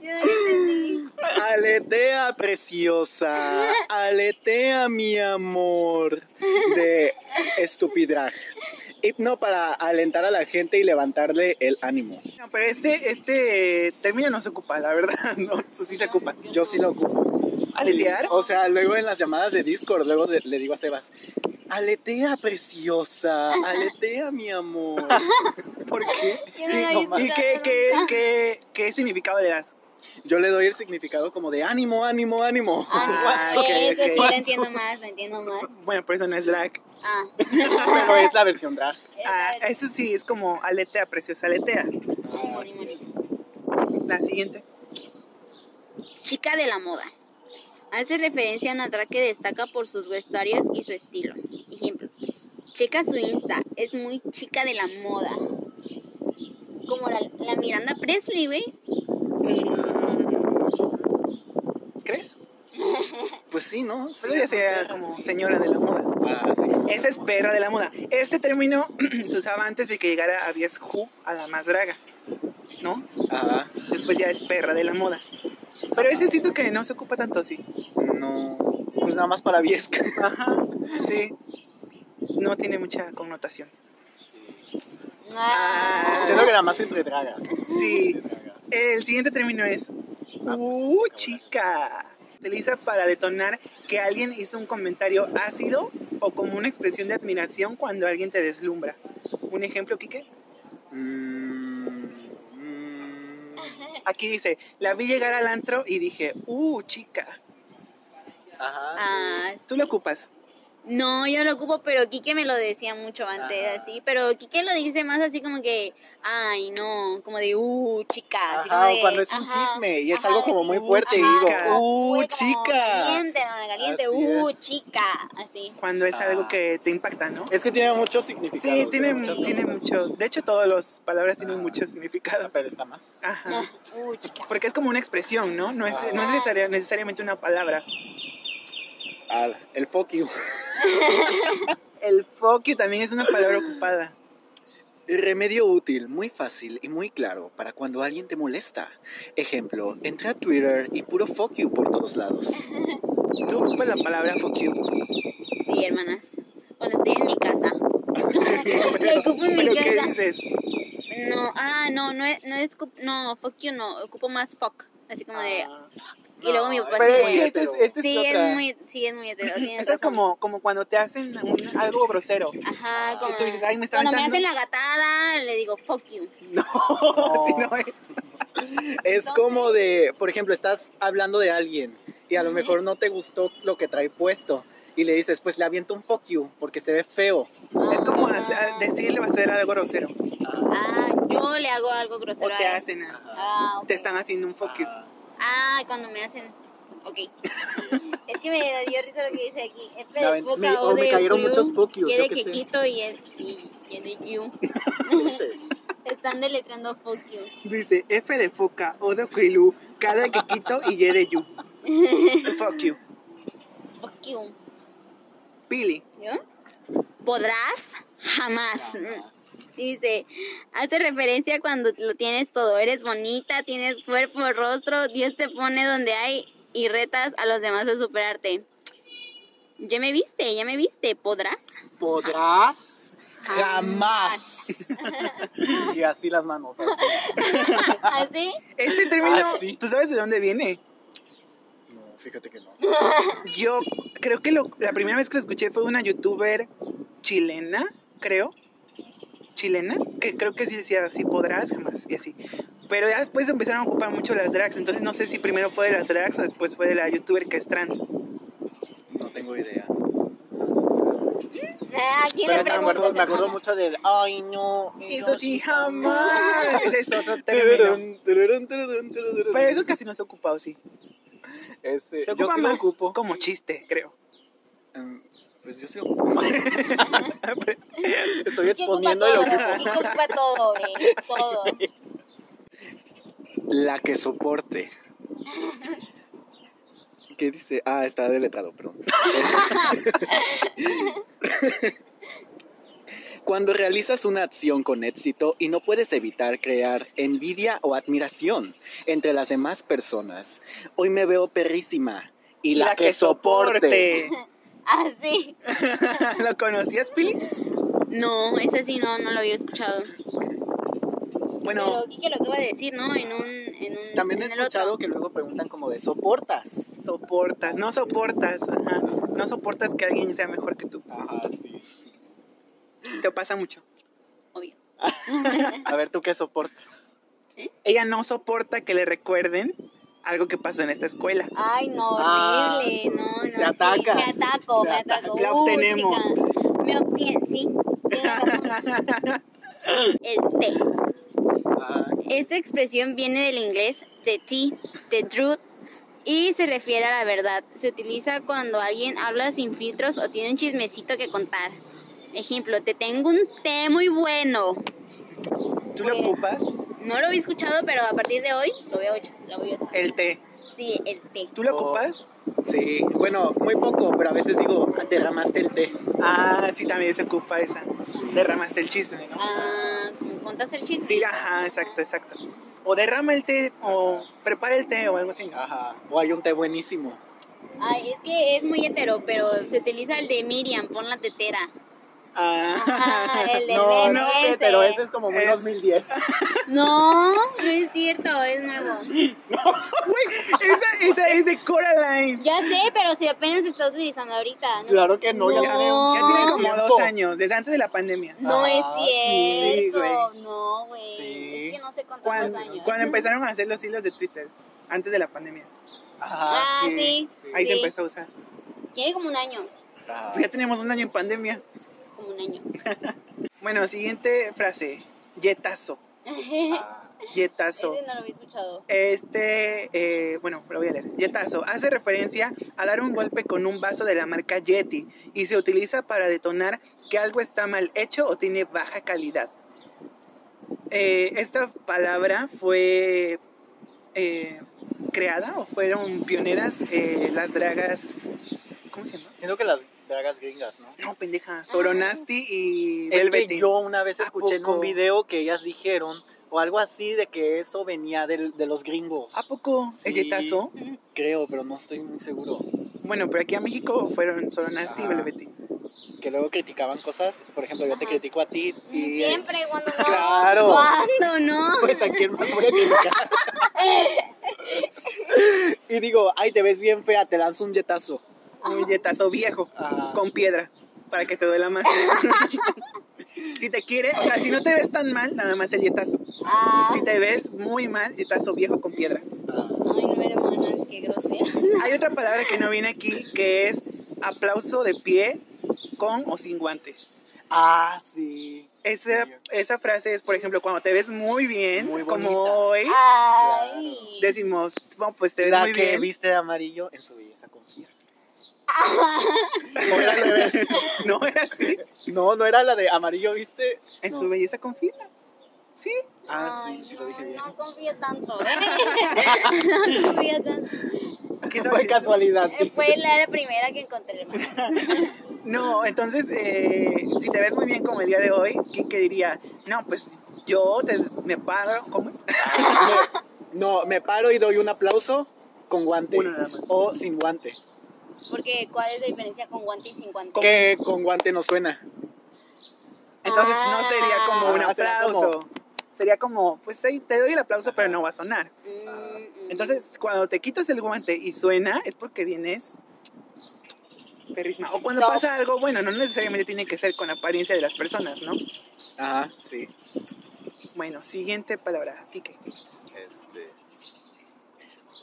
[SPEAKER 3] Yo no le entendí.
[SPEAKER 2] Aletea preciosa, aletea mi amor de estupidraj. Hipno para alentar a la gente y levantarle el ánimo.
[SPEAKER 1] No, pero este, este término no se ocupa, la verdad. [laughs] No, eso sí se ocupa.
[SPEAKER 2] Yo sí lo ocupo.
[SPEAKER 1] ¿Aletear?
[SPEAKER 2] Sí, O sea, luego en las llamadas de Discord, luego de- le digo a Sebas, aletea preciosa, aletea mi amor.
[SPEAKER 1] ¿Por qué?
[SPEAKER 3] Yo no lo había
[SPEAKER 1] ¿Y
[SPEAKER 3] escuchado
[SPEAKER 1] qué, qué,
[SPEAKER 3] nunca.
[SPEAKER 1] qué, qué significado le das?
[SPEAKER 2] Yo le doy el significado como de ánimo, ánimo, ánimo.
[SPEAKER 3] Ah,
[SPEAKER 1] Ah,
[SPEAKER 3] no,
[SPEAKER 1] ok,
[SPEAKER 3] ese
[SPEAKER 1] ok.
[SPEAKER 3] sí lo entiendo más, lo entiendo más.
[SPEAKER 1] Bueno, pero eso no es
[SPEAKER 2] [laughs]
[SPEAKER 1] drag.
[SPEAKER 3] Ah,
[SPEAKER 2] Pero es la versión drag.
[SPEAKER 1] Ah, eso sí, es como aletea, preciosa, aletea.
[SPEAKER 3] Ah,
[SPEAKER 2] así es.
[SPEAKER 1] La siguiente.
[SPEAKER 3] Chica de la moda. Hace referencia a una drag que destaca por sus vestuarios y su estilo. Ejemplo. Checa su Insta. Es muy chica de la moda. Como la, la Miranda Presley, güey.
[SPEAKER 2] Mm. ¿Crees? Pues sí, ¿no? Sí,
[SPEAKER 1] Solo ya sería como señora de la moda.
[SPEAKER 2] Ah, sí.
[SPEAKER 1] Esa es perra de la moda. Este término [clears throat] se usaba antes de que llegara a Bies Ju a la más draga, ¿no?
[SPEAKER 2] Ajá.
[SPEAKER 1] Después pues, ya es perra de la moda. Pero ese sitio que no se ocupa tanto así.
[SPEAKER 2] No. Pues nada más para Viesca.
[SPEAKER 1] Ajá, sí. No tiene mucha connotación.
[SPEAKER 3] Ah.
[SPEAKER 2] Siento que nada más entre dragas.
[SPEAKER 1] Sí.
[SPEAKER 2] Entre dragas.
[SPEAKER 1] El siguiente término es
[SPEAKER 2] Ah, pues,
[SPEAKER 1] ¡Uh,
[SPEAKER 2] es
[SPEAKER 1] chica! Se Utiliza para detonar que alguien hizo un comentario ácido o como una expresión de admiración cuando alguien te deslumbra. Un ejemplo, Quique.
[SPEAKER 2] Mm, mm.
[SPEAKER 1] Aquí dice, la vi llegar al antro y dije, ¡Uh, chica!
[SPEAKER 2] Ajá. sí.
[SPEAKER 3] Ah,
[SPEAKER 1] Tú lo ocupas.
[SPEAKER 3] No, yo lo ocupo, pero Quique me lo decía mucho antes,
[SPEAKER 2] Ajá.
[SPEAKER 3] así. Pero Quique lo dice más así como que, ay, no, como de, uh, chica. Así
[SPEAKER 2] Ajá,
[SPEAKER 3] como
[SPEAKER 2] o
[SPEAKER 3] de,
[SPEAKER 2] cuando es un
[SPEAKER 3] ajá,
[SPEAKER 2] chisme y es
[SPEAKER 3] ajá,
[SPEAKER 2] algo como muy
[SPEAKER 1] sí,
[SPEAKER 2] fuerte y
[SPEAKER 1] ajá,
[SPEAKER 2] digo,
[SPEAKER 1] como
[SPEAKER 2] ¡uh,
[SPEAKER 3] fue como
[SPEAKER 2] chica!
[SPEAKER 3] Caliente, no, caliente,
[SPEAKER 2] Así
[SPEAKER 3] uh,
[SPEAKER 2] es.
[SPEAKER 3] chica. Así.
[SPEAKER 1] Cuando es
[SPEAKER 2] Ah.
[SPEAKER 1] algo que te impacta, ¿no?
[SPEAKER 2] Es que tiene muchos significados.
[SPEAKER 1] Sí, tiene,
[SPEAKER 2] muchas
[SPEAKER 1] tiene
[SPEAKER 2] cosas.
[SPEAKER 1] muchos. De hecho, Ah. todas las palabras tienen
[SPEAKER 2] Ah.
[SPEAKER 1] muchos significados.
[SPEAKER 2] Pero está más.
[SPEAKER 1] Ajá.
[SPEAKER 3] Uh, chica.
[SPEAKER 1] Porque es como una expresión, ¿no? No es,
[SPEAKER 2] Ah.
[SPEAKER 1] no es necesaria- necesariamente una palabra.
[SPEAKER 2] Al- Ah, el fuck you.
[SPEAKER 1] El fuck you también es una palabra ocupada.
[SPEAKER 2] Remedio útil, muy fácil y muy claro para cuando alguien te molesta. Ejemplo, entra a Twitter y puro fuck you por todos lados.
[SPEAKER 1] Tú ocupas la palabra fuck you.
[SPEAKER 3] Sí, hermanas. Cuando estoy en
[SPEAKER 1] [laughs]
[SPEAKER 3] mi casa. lo ocupo en mi
[SPEAKER 1] ¿Pero qué
[SPEAKER 3] casa.
[SPEAKER 1] dices?
[SPEAKER 3] No, ah, no, no es, no es, cu- no, fuck you, no, ocupo más fuck. Así como de, Y luego mi papá
[SPEAKER 2] Ah. No,
[SPEAKER 1] Pero
[SPEAKER 3] así
[SPEAKER 1] es
[SPEAKER 3] de-
[SPEAKER 1] que este es, este Ah, es
[SPEAKER 3] Pues sí, es
[SPEAKER 1] otra.
[SPEAKER 3] muy, sí, es
[SPEAKER 1] [clears throat]
[SPEAKER 3] muy hetero. tienes
[SPEAKER 1] Esto es
[SPEAKER 3] razón.
[SPEAKER 1] como, como cuando te hacen un- algo grosero.
[SPEAKER 3] [laughs] Ajá, como.
[SPEAKER 1] Y tú dices, ay, me está
[SPEAKER 3] Cuando me
[SPEAKER 1] aventando.
[SPEAKER 3] hacen la gatada, le digo, fuck you.
[SPEAKER 1] No, [laughs] así no es.
[SPEAKER 2] Es como de, por ejemplo, estás hablando de alguien y a lo mejor no te gustó lo que trae puesto y le dices, pues le aviento un fuck you porque se ve feo.
[SPEAKER 1] Es como
[SPEAKER 3] Ah.
[SPEAKER 1] hacer- decirle va a hacer algo grosero.
[SPEAKER 3] Ah, yo le hago algo
[SPEAKER 1] O
[SPEAKER 3] grosero
[SPEAKER 1] te
[SPEAKER 3] a él.
[SPEAKER 1] hacen algo.
[SPEAKER 3] Ah, ok.
[SPEAKER 1] Te están haciendo un fuck you.
[SPEAKER 3] Ah, cuando me hacen. Ok.
[SPEAKER 2] [laughs]
[SPEAKER 3] es que me dio risa lo que dice aquí. Es
[SPEAKER 2] Me aven-
[SPEAKER 3] poca
[SPEAKER 2] me-
[SPEAKER 3] o
[SPEAKER 2] o me
[SPEAKER 3] de
[SPEAKER 2] cayeron
[SPEAKER 3] crew,
[SPEAKER 2] muchos fuck yous,
[SPEAKER 3] que
[SPEAKER 2] yo
[SPEAKER 3] de
[SPEAKER 2] qué sé.
[SPEAKER 3] quequito y, es- y, y de you.
[SPEAKER 2] [laughs]
[SPEAKER 3] [laughs] Están deletrando fuck you.
[SPEAKER 1] Dice F de foca, O de Krilú, K de Kikito y Y de
[SPEAKER 3] [laughs]
[SPEAKER 1] Yu. Fuck you.
[SPEAKER 3] Fuck you.
[SPEAKER 1] Pili.
[SPEAKER 3] ¿Yo? Podrás jamás. Dice, hace referencia cuando lo tienes todo. Eres bonita, tienes cuerpo, rostro. Dios te pone donde hay y retas a los demás a superarte. Ya me viste, ya me viste. ¿Podrás?
[SPEAKER 2] Podrás
[SPEAKER 3] Ah,
[SPEAKER 2] jamás. y así las manos. así.
[SPEAKER 3] ¿Así?
[SPEAKER 1] Este término,
[SPEAKER 2] Ah, sí.
[SPEAKER 1] ¿tú sabes de dónde viene?
[SPEAKER 2] No, fíjate que no.
[SPEAKER 1] Yo creo que lo- la primera vez que lo escuché fue de una youtuber chilena, creo. chilena, que creo que sí decía, si podrás, jamás, y así. Pero ya después empezaron a ocupar mucho las drags, entonces no sé si primero fue de las drags o después fue de la youtuber que es trans.
[SPEAKER 2] No tengo idea.
[SPEAKER 3] Ah, ¿quién
[SPEAKER 4] Pero me
[SPEAKER 3] le preguntas
[SPEAKER 4] acuerdo, me
[SPEAKER 3] a
[SPEAKER 4] acuerdo
[SPEAKER 3] Hannah?
[SPEAKER 4] mucho del. Ay, no.
[SPEAKER 1] Eso sí,
[SPEAKER 4] jamás.
[SPEAKER 1] jamás. Ese es
[SPEAKER 2] [laughs]
[SPEAKER 1] otro término. Pero eso casi no se ha ocupado, sí.
[SPEAKER 4] Ese,
[SPEAKER 1] Se
[SPEAKER 4] yo
[SPEAKER 1] ocupa
[SPEAKER 4] sí lo
[SPEAKER 1] más
[SPEAKER 4] ocupo.
[SPEAKER 1] como chiste, creo.
[SPEAKER 2] Em, Pues yo sí. [laughs]
[SPEAKER 4] Estoy
[SPEAKER 3] Kiki ocupa
[SPEAKER 4] exponiendo
[SPEAKER 3] todo,
[SPEAKER 4] lo que.
[SPEAKER 3] Kiki ocupa todo,
[SPEAKER 4] [laughs]
[SPEAKER 3] güey, todo.
[SPEAKER 2] La que soporte. ¿Qué dice? Ah, está deletrado, perdón. [laughs] Cuando realizas una acción con éxito y no puedes evitar crear envidia o admiración entre las demás personas. Hoy me veo perrísima. Y la, que, soporte.
[SPEAKER 3] Ah, sí.
[SPEAKER 1] [laughs] ¿Lo conocías, Pili?
[SPEAKER 3] No, ese sí no, no lo había escuchado.
[SPEAKER 1] Bueno,
[SPEAKER 3] Pero Kike lo acaba de decir, ¿no? En un, en un
[SPEAKER 4] También he
[SPEAKER 3] en el otro.
[SPEAKER 4] escuchado que luego preguntan como de soportas.
[SPEAKER 1] soportas, no soportas, ajá. No soportas que alguien sea mejor que tú.
[SPEAKER 4] Ajá, sí.
[SPEAKER 1] Te pasa mucho.
[SPEAKER 3] Obvio.
[SPEAKER 4] A ver, ¿tú qué soportas?
[SPEAKER 1] Ella no soporta que le recuerden algo que pasó en esta escuela.
[SPEAKER 3] Ay, no, horrible.
[SPEAKER 4] Ah, sí,
[SPEAKER 3] no, no.
[SPEAKER 4] sí, te
[SPEAKER 3] sí.
[SPEAKER 4] atacas.
[SPEAKER 3] Me ataco,
[SPEAKER 4] Te
[SPEAKER 3] me
[SPEAKER 4] ata-
[SPEAKER 3] ataco.
[SPEAKER 1] la
[SPEAKER 3] Uy,
[SPEAKER 1] obtenemos.
[SPEAKER 3] chica, Me obtiene, sí. tienes razón.
[SPEAKER 4] [laughs]
[SPEAKER 3] El té.
[SPEAKER 4] Ah,
[SPEAKER 3] Esta expresión viene del inglés the tea, the truth, y se refiere a la verdad. Se utiliza cuando alguien habla sin filtros o tiene un chismecito que contar. Ejemplo, te tengo un té muy bueno.
[SPEAKER 1] ¿Tú lo
[SPEAKER 3] Pues-
[SPEAKER 1] ocupas?
[SPEAKER 3] No lo había escuchado, pero a partir de hoy lo voy a, uch- lo voy a usar.
[SPEAKER 1] El té.
[SPEAKER 3] Sí, el té.
[SPEAKER 1] ¿Tú lo
[SPEAKER 4] Oh.
[SPEAKER 1] ocupas?
[SPEAKER 2] Sí, bueno, muy poco, pero a veces digo, derramaste el té.
[SPEAKER 1] Ah, sí, también se ocupa esa. Derramaste el chisme, ¿no?
[SPEAKER 3] Ah, ¿cómo contas el chisme?
[SPEAKER 1] Tira, ajá, exacto, exacto. O derrama el té, o prepara el té, o algo así.
[SPEAKER 2] Ajá. O hay un té buenísimo.
[SPEAKER 3] Ay, es que es muy hetero, pero se utiliza el de Miriam, pon la tetera. Ajá,
[SPEAKER 1] Ah.
[SPEAKER 3] el del
[SPEAKER 4] No,
[SPEAKER 3] meme
[SPEAKER 4] no
[SPEAKER 3] ese.
[SPEAKER 4] sé, pero ese es como muy
[SPEAKER 1] Es- [laughs]
[SPEAKER 4] 2010.
[SPEAKER 3] No, no es cierto, es nuevo.
[SPEAKER 1] esa, esa es de Coraline.
[SPEAKER 3] Ya sé, pero si apenas se está utilizando ahorita. ¿no?
[SPEAKER 4] Claro que no, ya
[SPEAKER 3] No.
[SPEAKER 4] tiene un
[SPEAKER 1] Ya tiene como
[SPEAKER 4] tiempo.
[SPEAKER 1] dos años, desde antes de la pandemia.
[SPEAKER 3] No
[SPEAKER 4] Ah,
[SPEAKER 3] es
[SPEAKER 4] sí,
[SPEAKER 3] cierto.
[SPEAKER 1] güey.
[SPEAKER 3] no, güey.
[SPEAKER 4] Sí.
[SPEAKER 3] Es que no sé cuántos
[SPEAKER 1] Cuando,
[SPEAKER 3] más años.
[SPEAKER 1] cuando empezaron a hacer los hilos de Twitter, antes de la pandemia.
[SPEAKER 4] Ajá,
[SPEAKER 3] Ah, sí.
[SPEAKER 1] Ahí se
[SPEAKER 3] Sí.
[SPEAKER 1] empezó a usar.
[SPEAKER 3] Tiene como un año.
[SPEAKER 4] Ajá.
[SPEAKER 1] Pues ya tenemos un año en pandemia.
[SPEAKER 3] Como un año.
[SPEAKER 1] Bueno, siguiente frase. Yetazo.
[SPEAKER 3] [laughs]
[SPEAKER 4] Ah,
[SPEAKER 1] Yetazo.
[SPEAKER 3] Ese no lo había escuchado.
[SPEAKER 1] Este, eh, bueno, lo voy a leer. Yetazo hace referencia a dar un golpe con un vaso de la marca Yeti y se utiliza para detonar que algo está mal hecho o tiene baja calidad. Eh, esta palabra fue eh, creada o fueron pioneras eh, las dragas. ¿Cómo se llama?
[SPEAKER 4] Siento que las dragas gringas, ¿no?
[SPEAKER 1] No, pendeja. Soronasti y
[SPEAKER 4] Es
[SPEAKER 1] Velveteen.
[SPEAKER 4] que yo una vez
[SPEAKER 1] ¿A
[SPEAKER 4] escuché en
[SPEAKER 1] poco?
[SPEAKER 4] un video que ellas dijeron, o algo así, de que eso venía del- de los gringos.
[SPEAKER 1] ¿A poco?
[SPEAKER 4] Sí.
[SPEAKER 1] ¿El yetazo?
[SPEAKER 4] Creo, pero no estoy muy seguro.
[SPEAKER 1] Bueno, pero aquí a México fueron Soronasti y
[SPEAKER 4] Ajá.
[SPEAKER 1] Velveteen.
[SPEAKER 4] Que luego criticaban cosas, por ejemplo, yo te
[SPEAKER 3] Ajá.
[SPEAKER 4] critico a ti y...
[SPEAKER 3] Siempre, cuando no.
[SPEAKER 4] Claro.
[SPEAKER 3] Cuando no.
[SPEAKER 4] Pues a quién más voy a criticar. y digo, ay, te ves bien fea, te lanzo un yetazo.
[SPEAKER 1] Un yetazo viejo.
[SPEAKER 4] Ajá.
[SPEAKER 1] con piedra para que te duela más. [laughs] si te quiere, o sea, si no te ves tan mal, nada más el yetazo.
[SPEAKER 3] Ah.
[SPEAKER 1] Si te ves muy mal, yetazo viejo con piedra.
[SPEAKER 3] Ay, no, hermana, qué grosera.
[SPEAKER 1] Hay otra palabra que no viene aquí que es aplauso de pie con o sin guante.
[SPEAKER 4] Ah, sí.
[SPEAKER 1] Esa, esa frase es, por ejemplo, cuando te ves muy bien,
[SPEAKER 4] Muy bonita.
[SPEAKER 1] como hoy,
[SPEAKER 3] Ay.
[SPEAKER 1] decimos, "Bueno, pues te ves
[SPEAKER 4] la
[SPEAKER 1] muy
[SPEAKER 4] que
[SPEAKER 1] bien.
[SPEAKER 4] viste de amarillo en su belleza
[SPEAKER 3] [laughs]
[SPEAKER 4] confía. ¿O era al revés?
[SPEAKER 1] [laughs] No era así.
[SPEAKER 4] No, no era la de amarillo, ¿viste?
[SPEAKER 1] En
[SPEAKER 4] No.
[SPEAKER 1] su belleza confía. Sí,
[SPEAKER 4] Ah,
[SPEAKER 3] Ay,
[SPEAKER 4] sí, sí lo dije
[SPEAKER 3] no,
[SPEAKER 4] bien.
[SPEAKER 3] No confía tanto, ¿eh? [laughs] no confía tanto.
[SPEAKER 4] [laughs]
[SPEAKER 1] ¿qué
[SPEAKER 4] Fue
[SPEAKER 1] sabes?
[SPEAKER 4] casualidad.
[SPEAKER 3] Eh, Fue la, la primera que encontré, hermano.
[SPEAKER 1] No, entonces, eh, si te ves muy bien como el día de hoy, ¿qué, qué diría? No, pues yo te, me paro, ¿cómo es?
[SPEAKER 4] Me- [laughs] no, me paro y doy un aplauso con guante.
[SPEAKER 1] Uno nada más.
[SPEAKER 4] O sin guante.
[SPEAKER 3] Porque, ¿cuál es la diferencia con guante y sin guante?
[SPEAKER 4] Que con guante no suena.
[SPEAKER 1] Entonces no sería como un
[SPEAKER 4] Ah, será
[SPEAKER 1] aplauso. Sería como, pues ahí te doy el aplauso, pero no va a sonar.
[SPEAKER 3] Mm, mm.
[SPEAKER 1] Entonces, cuando te quitas el guante y suena, es porque vienes Perrisma. O cuando
[SPEAKER 3] No.
[SPEAKER 1] pasa algo, bueno, no necesariamente tiene que ser con la apariencia de las personas, ¿no?
[SPEAKER 2] Ajá, sí.
[SPEAKER 1] Bueno, siguiente palabra, Kike.
[SPEAKER 2] Este.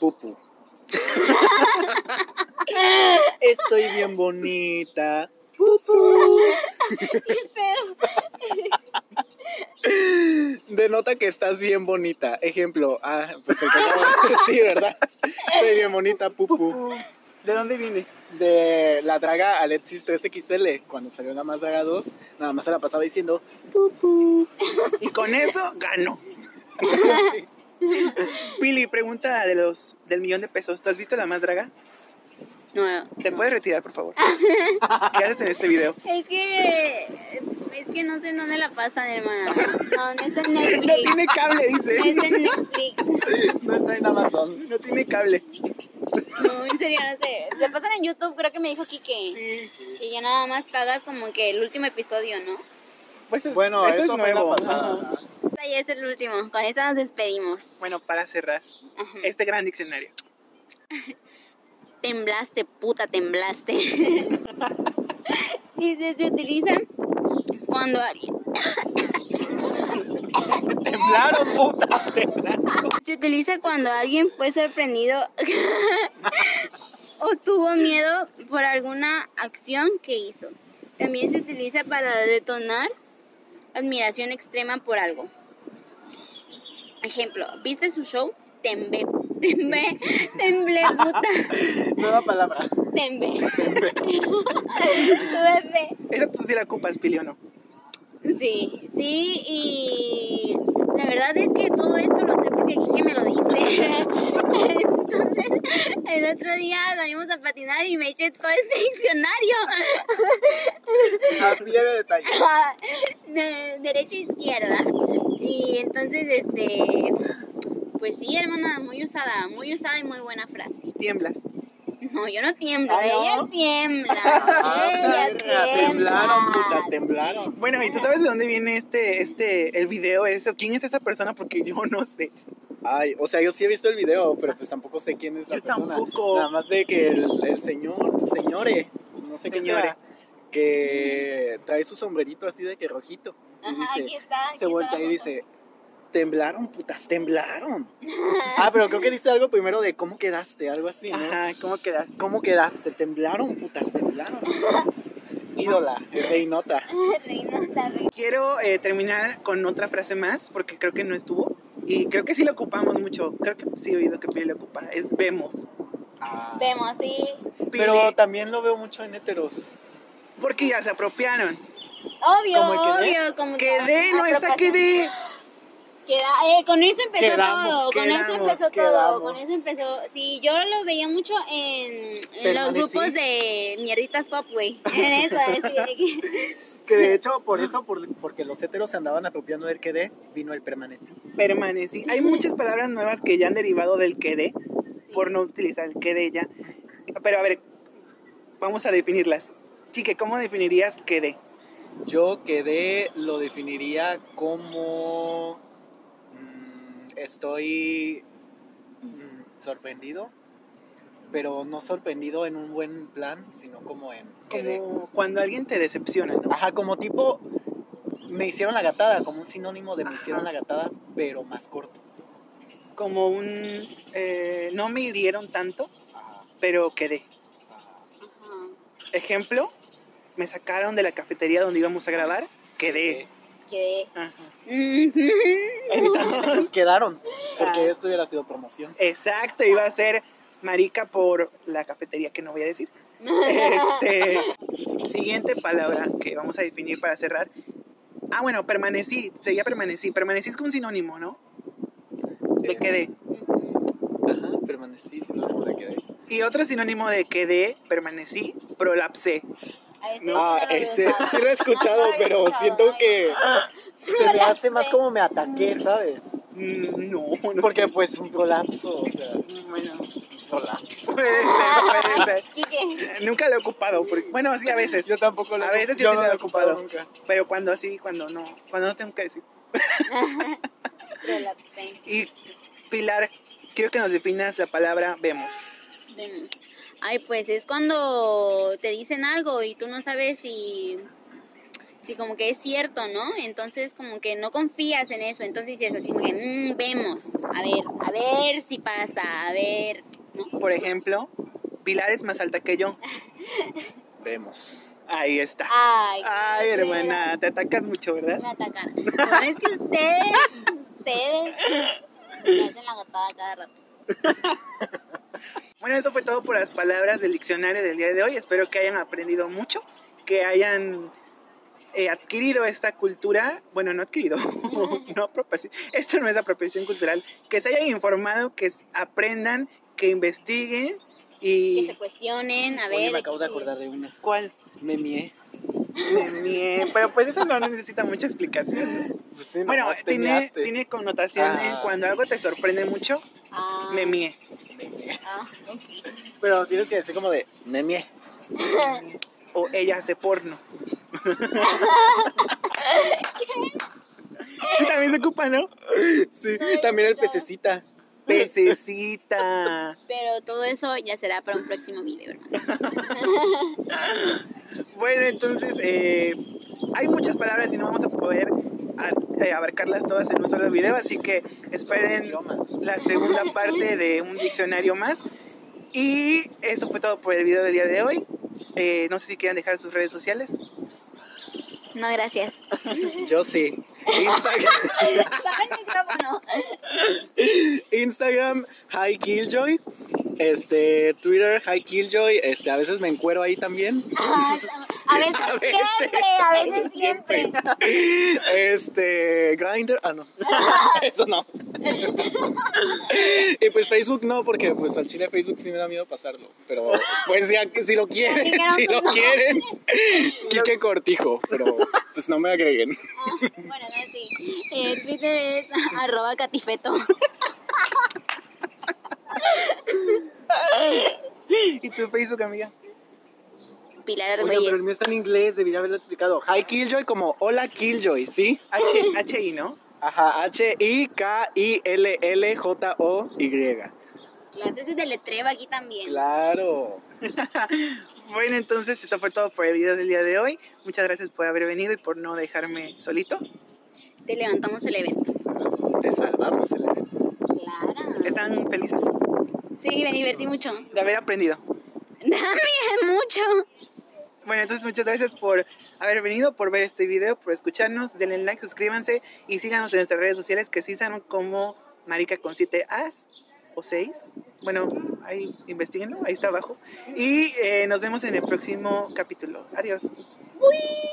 [SPEAKER 2] Pupu. Estoy bien bonita. Pupu.
[SPEAKER 3] ¿Qué pedo?
[SPEAKER 2] Denota que estás bien bonita. Ejemplo, ah, pues el que acabo de decir, ¿verdad? Estoy bien bonita, Pupu.
[SPEAKER 1] ¿De dónde viene?
[SPEAKER 2] De la draga Alexis 3XL, cuando salió la más draga 2, nada más se la pasaba diciendo Pupu.
[SPEAKER 1] Y con eso ganó. Pili, pregunta de los del millón de pesos. ¿Tú has visto la más draga?
[SPEAKER 3] No,
[SPEAKER 1] ¿Te
[SPEAKER 3] no.
[SPEAKER 1] puedes retirar, por favor? ¿Qué haces en este video?
[SPEAKER 3] Es que. Es que no sé en dónde la pasan, hermana. No, no está en
[SPEAKER 1] No
[SPEAKER 3] Netflix.
[SPEAKER 1] tiene cable,
[SPEAKER 3] No
[SPEAKER 1] dice.
[SPEAKER 3] está en Netflix.
[SPEAKER 2] No está en Amazon.
[SPEAKER 1] No tiene cable.
[SPEAKER 3] No, en serio, no sé. La pasan en YouTube, creo que me dijo Kike.
[SPEAKER 1] Sí,
[SPEAKER 3] Y ya nada más pagas como que el último episodio, ¿no?
[SPEAKER 1] Pues es-
[SPEAKER 2] Bueno,
[SPEAKER 1] eso,
[SPEAKER 2] eso
[SPEAKER 1] es
[SPEAKER 2] fue la
[SPEAKER 1] nuevo.
[SPEAKER 2] pasada.
[SPEAKER 1] Ajá.
[SPEAKER 3] Esta ya es el último. Con esta nos despedimos.
[SPEAKER 1] Bueno, para cerrar
[SPEAKER 3] Ajá.
[SPEAKER 1] este gran diccionario.
[SPEAKER 3] Temblaste, puta, temblaste. [laughs] Dice, se utiliza cuando alguien.
[SPEAKER 1] [laughs]
[SPEAKER 2] Temblaron, puta.
[SPEAKER 3] Se utiliza cuando alguien fue sorprendido [laughs] o tuvo miedo por alguna acción que hizo. También se utiliza para detonar admiración extrema por algo. Ejemplo, ¿viste su show? Temblé, temblé, temblé, puta,
[SPEAKER 2] Nueva palabra.
[SPEAKER 3] temblé. [laughs] Tuve fe.
[SPEAKER 1] Esa tú sí la ocupas, Pili, ¿o no?
[SPEAKER 3] Sí, sí, y la verdad es que todo esto lo sé porque Kike me lo dice. Entonces, el otro día salimos a patinar y me eché todo este diccionario. [laughs]
[SPEAKER 2] A pie de detalle.
[SPEAKER 3] De- Derecho e izquierda. Y entonces, este, pues sí, hermana, muy usada, muy usada y muy buena frase.
[SPEAKER 1] Tiemblas.
[SPEAKER 3] No, yo no tiemblo,
[SPEAKER 2] Ah, ¿no? Ah,
[SPEAKER 3] ella tiembla. ella
[SPEAKER 2] [laughs]
[SPEAKER 3] tiembla.
[SPEAKER 2] Temblaron, putas, temblaron.
[SPEAKER 1] Bueno, ¿y tú sabes de dónde viene este, este, el video, eso? ¿Quién es esa persona? Porque yo no sé.
[SPEAKER 2] Ay, o sea, yo sí he visto el video, pero pues tampoco sé quién es la
[SPEAKER 1] Yo
[SPEAKER 2] persona.
[SPEAKER 1] tampoco.
[SPEAKER 2] Nada más de que el, el señor, señore, no sé qué
[SPEAKER 1] Señore.
[SPEAKER 2] señora, que trae su sombrerito así de que rojito. Y
[SPEAKER 3] Ajá,
[SPEAKER 2] dice,
[SPEAKER 3] aquí está. aquí
[SPEAKER 2] se
[SPEAKER 3] está la
[SPEAKER 2] vuelta y
[SPEAKER 3] foto. [laughs]
[SPEAKER 2] dice, temblaron, putas, temblaron. ah, pero creo que dice algo primero de cómo quedaste, algo así, ¿no?
[SPEAKER 1] Ajá, ¿cómo quedas?
[SPEAKER 2] ¿Cómo quedaste? Temblaron,
[SPEAKER 3] [laughs]
[SPEAKER 2] putas, temblaron. Ídola, reinota.
[SPEAKER 3] Reina, la reina.
[SPEAKER 1] Quiero eh, terminar con otra frase más, porque creo que no estuvo. Y creo que sí la ocupamos mucho. Creo que sí he oído que Pili la ocupa. Es vemos.
[SPEAKER 2] Ah.
[SPEAKER 3] Vemos, sí.
[SPEAKER 1] Pili,
[SPEAKER 2] Pero también lo veo mucho en heteros.
[SPEAKER 1] porque ya se apropiaron.
[SPEAKER 3] Obvio,
[SPEAKER 2] Como el que
[SPEAKER 3] obvio, como
[SPEAKER 1] Quedé, no
[SPEAKER 3] Ah,
[SPEAKER 1] está
[SPEAKER 3] propósito.
[SPEAKER 1] quedé.
[SPEAKER 3] Queda- eh, con eso empezó
[SPEAKER 2] Quedamos,
[SPEAKER 3] todo, con eso
[SPEAKER 1] quedamos,
[SPEAKER 3] empezó
[SPEAKER 2] quedamos.
[SPEAKER 3] todo, con eso empezó. Sí, yo lo veía mucho en, en los
[SPEAKER 2] Permanecí.
[SPEAKER 3] grupos de mierditas pop, güey. [laughs] En eso, así de que-
[SPEAKER 2] Que de hecho, por eso, por- porque los heteros se andaban apropiando del que de, vino el permanecí.
[SPEAKER 1] Permanecí. Hay muchas palabras nuevas que ya han derivado del quedé, [laughs] por no utilizar el quedé ya. Pero a ver, vamos a definirlas. Chique, ¿cómo definirías quedé?
[SPEAKER 2] Yo quedé, lo definiría como. mm, estoy mm, sorprendido, pero no sorprendido en un buen plan, sino como en quedé.
[SPEAKER 1] Como cuando alguien te decepciona, ¿no?
[SPEAKER 2] Ajá, como tipo. Me hicieron la gatada, como un sinónimo de me
[SPEAKER 1] Ajá.
[SPEAKER 2] hicieron la gatada, pero más corto.
[SPEAKER 1] Como un... eh, no me hirieron tanto,
[SPEAKER 2] Ajá,
[SPEAKER 1] pero quedé.
[SPEAKER 2] ajá.
[SPEAKER 3] Ajá.
[SPEAKER 1] Ejemplo, me sacaron de la cafetería donde íbamos a grabar,
[SPEAKER 2] Eh,
[SPEAKER 1] quedé. [laughs]
[SPEAKER 3] Quedé. [laughs]
[SPEAKER 1] Ajá.
[SPEAKER 3] Mm,
[SPEAKER 2] [laughs] Entonces quedaron, porque
[SPEAKER 1] Ah.
[SPEAKER 2] esto hubiera sido promoción.
[SPEAKER 1] Exacto, iba a ser marica por la cafetería que no voy a decir. Este, siguiente palabra que vamos a definir para cerrar. Ah, bueno, permanecí, sería permanecí. Permanecí es como un sinónimo, ¿no? De
[SPEAKER 2] Eh,
[SPEAKER 1] quedé.
[SPEAKER 2] Ajá, permanecí, sin embargo, me quedé.
[SPEAKER 1] Y otro sinónimo de quedé, permanecí, prolapsé.
[SPEAKER 3] A ese
[SPEAKER 2] Ah,
[SPEAKER 3] sí no lo
[SPEAKER 2] ese
[SPEAKER 3] usaba.
[SPEAKER 2] sí lo he escuchado,
[SPEAKER 3] No, no lo he
[SPEAKER 2] pero
[SPEAKER 3] escuchado,
[SPEAKER 2] siento
[SPEAKER 3] no lo he
[SPEAKER 2] que se me
[SPEAKER 3] Prolapsé.
[SPEAKER 2] hace más como me ataqué, ¿sabes?
[SPEAKER 1] Mm, No, no
[SPEAKER 2] Porque
[SPEAKER 1] sé.
[SPEAKER 2] pues un prolapso, o sea,
[SPEAKER 1] Bueno,
[SPEAKER 2] prolapso.
[SPEAKER 1] puede ser, puede ser.
[SPEAKER 3] Kike.
[SPEAKER 1] Nunca lo he ocupado. porque- bueno, sí, a veces.
[SPEAKER 2] Yo tampoco lo
[SPEAKER 1] A
[SPEAKER 2] he-
[SPEAKER 1] veces yo sí lo he ocupado.
[SPEAKER 2] nunca.
[SPEAKER 1] Pero cuando así, cuando no. Cuando no tengo que decir.
[SPEAKER 3] Prolapsé.
[SPEAKER 1] Y Pilar, quiero que nos definas la palabra vemos.
[SPEAKER 3] Vemos. Ay, pues es cuando te dicen algo y tú no sabes si, si como que es cierto, ¿no? Entonces como que no confías en eso. Entonces dices así como que, "Mm, vemos, a ver, a ver si pasa, a ver, ¿no?
[SPEAKER 1] Por ejemplo, Pilar es más alta que yo.
[SPEAKER 2] Vemos.
[SPEAKER 1] Ahí está.
[SPEAKER 3] Ay,
[SPEAKER 1] Ay,
[SPEAKER 3] qué
[SPEAKER 1] hermana, te atacas mucho, ¿verdad?
[SPEAKER 3] Me atacan. No, es que ustedes, ustedes me hacen la gatada cada rato.
[SPEAKER 1] Bueno, eso fue todo por las palabras del diccionario del día de hoy. Espero que hayan aprendido mucho, que hayan eh, adquirido esta cultura. Bueno, no adquirido, [laughs] no apropiación. Esto no es apropiación cultural. Que se hayan informado, que s- aprendan, que investiguen
[SPEAKER 3] Que se
[SPEAKER 1] y.
[SPEAKER 3] cuestionen, a ver.
[SPEAKER 4] Oye,
[SPEAKER 3] qué
[SPEAKER 4] me acabo de
[SPEAKER 3] se-
[SPEAKER 4] acordar de una.
[SPEAKER 1] ¿Cuál?
[SPEAKER 4] Me mié.
[SPEAKER 1] Bien, pero pues eso no necesita mucha explicación.
[SPEAKER 4] Pues sí,
[SPEAKER 1] Bueno,
[SPEAKER 4] nomás te
[SPEAKER 1] tiene,
[SPEAKER 4] measte.
[SPEAKER 1] tiene connotación en
[SPEAKER 4] Ah.
[SPEAKER 1] cuando algo te sorprende mucho,
[SPEAKER 3] Ah,
[SPEAKER 1] me mié.
[SPEAKER 4] Me mié.
[SPEAKER 3] ah, ok. [laughs]
[SPEAKER 4] Pero tienes que decir como de, me mié.
[SPEAKER 1] O ella hace porno. [laughs] Sí, también se ocupa, ¿no?
[SPEAKER 4] Sí,
[SPEAKER 3] No he
[SPEAKER 4] también el
[SPEAKER 3] escuchado.
[SPEAKER 4] pececita.
[SPEAKER 1] Pececita.
[SPEAKER 3] Pero todo eso ya será para un próximo video, hermano.
[SPEAKER 1] Bueno, entonces, eh, hay muchas palabras y no vamos a poder a- eh, abarcarlas todas en un solo video, así que esperen
[SPEAKER 4] Idioma.
[SPEAKER 1] la segunda parte de un diccionario más. Y eso fue todo por el video del día de hoy. Eh, no sé si quieran dejar sus redes sociales.
[SPEAKER 3] No, gracias.
[SPEAKER 2] Yo sí. Instagram,
[SPEAKER 3] Dame el micrófono.
[SPEAKER 2] Instagram Hi Killjoy. Este, Twitter, Hi Killjoy. Este, a veces me encuero ahí también. [laughs]
[SPEAKER 3] A veces,
[SPEAKER 2] A veces.
[SPEAKER 3] siempre, a veces siempre.
[SPEAKER 2] Este, Grinder, ah no, [laughs] eso no. [laughs] y pues Facebook no, porque pues al chile Facebook sí me da miedo pasarlo, pero pues ya que si lo quieren,
[SPEAKER 3] dijeron
[SPEAKER 2] si
[SPEAKER 3] tu
[SPEAKER 2] lo
[SPEAKER 3] nombre.
[SPEAKER 2] quieren, Quique Cortijo, pero pues no me agreguen.
[SPEAKER 3] Ah, bueno, no, sí. Eh, Twitter es [laughs] arroba catifeto.
[SPEAKER 1] ¿Y tu Facebook, amiga?
[SPEAKER 3] Pilar
[SPEAKER 4] Oye, pero el
[SPEAKER 3] Argüelles.
[SPEAKER 4] mío está en inglés, debí de haberlo explicado. Hi,
[SPEAKER 2] Hi Killjoy como hola Killjoy, ¿sí?
[SPEAKER 1] H- H-I, ¿no?
[SPEAKER 2] Ajá, H-I-K-I-L-L-J-O-Y.
[SPEAKER 3] Clases de deletreo aquí también.
[SPEAKER 2] Claro.
[SPEAKER 1] Bueno, entonces eso fue todo por el video del día de hoy. Muchas gracias por haber venido y por no dejarme solito.
[SPEAKER 3] Te levantamos el evento.
[SPEAKER 2] Te salvamos el evento.
[SPEAKER 3] Claro.
[SPEAKER 1] Están felices
[SPEAKER 3] Sí, me divertí mucho. [laughs]
[SPEAKER 1] de haber aprendido.
[SPEAKER 3] Dame mucho.
[SPEAKER 1] Bueno, entonces muchas gracias por haber venido, por ver este video, por escucharnos. Denle like, suscríbanse y síganos en nuestras redes sociales que sí son como Marica con 7 As o 6. Bueno, ahí investiguenlo, ahí está abajo. Y eh, nos vemos en el próximo capítulo. Adiós.
[SPEAKER 3] Uy.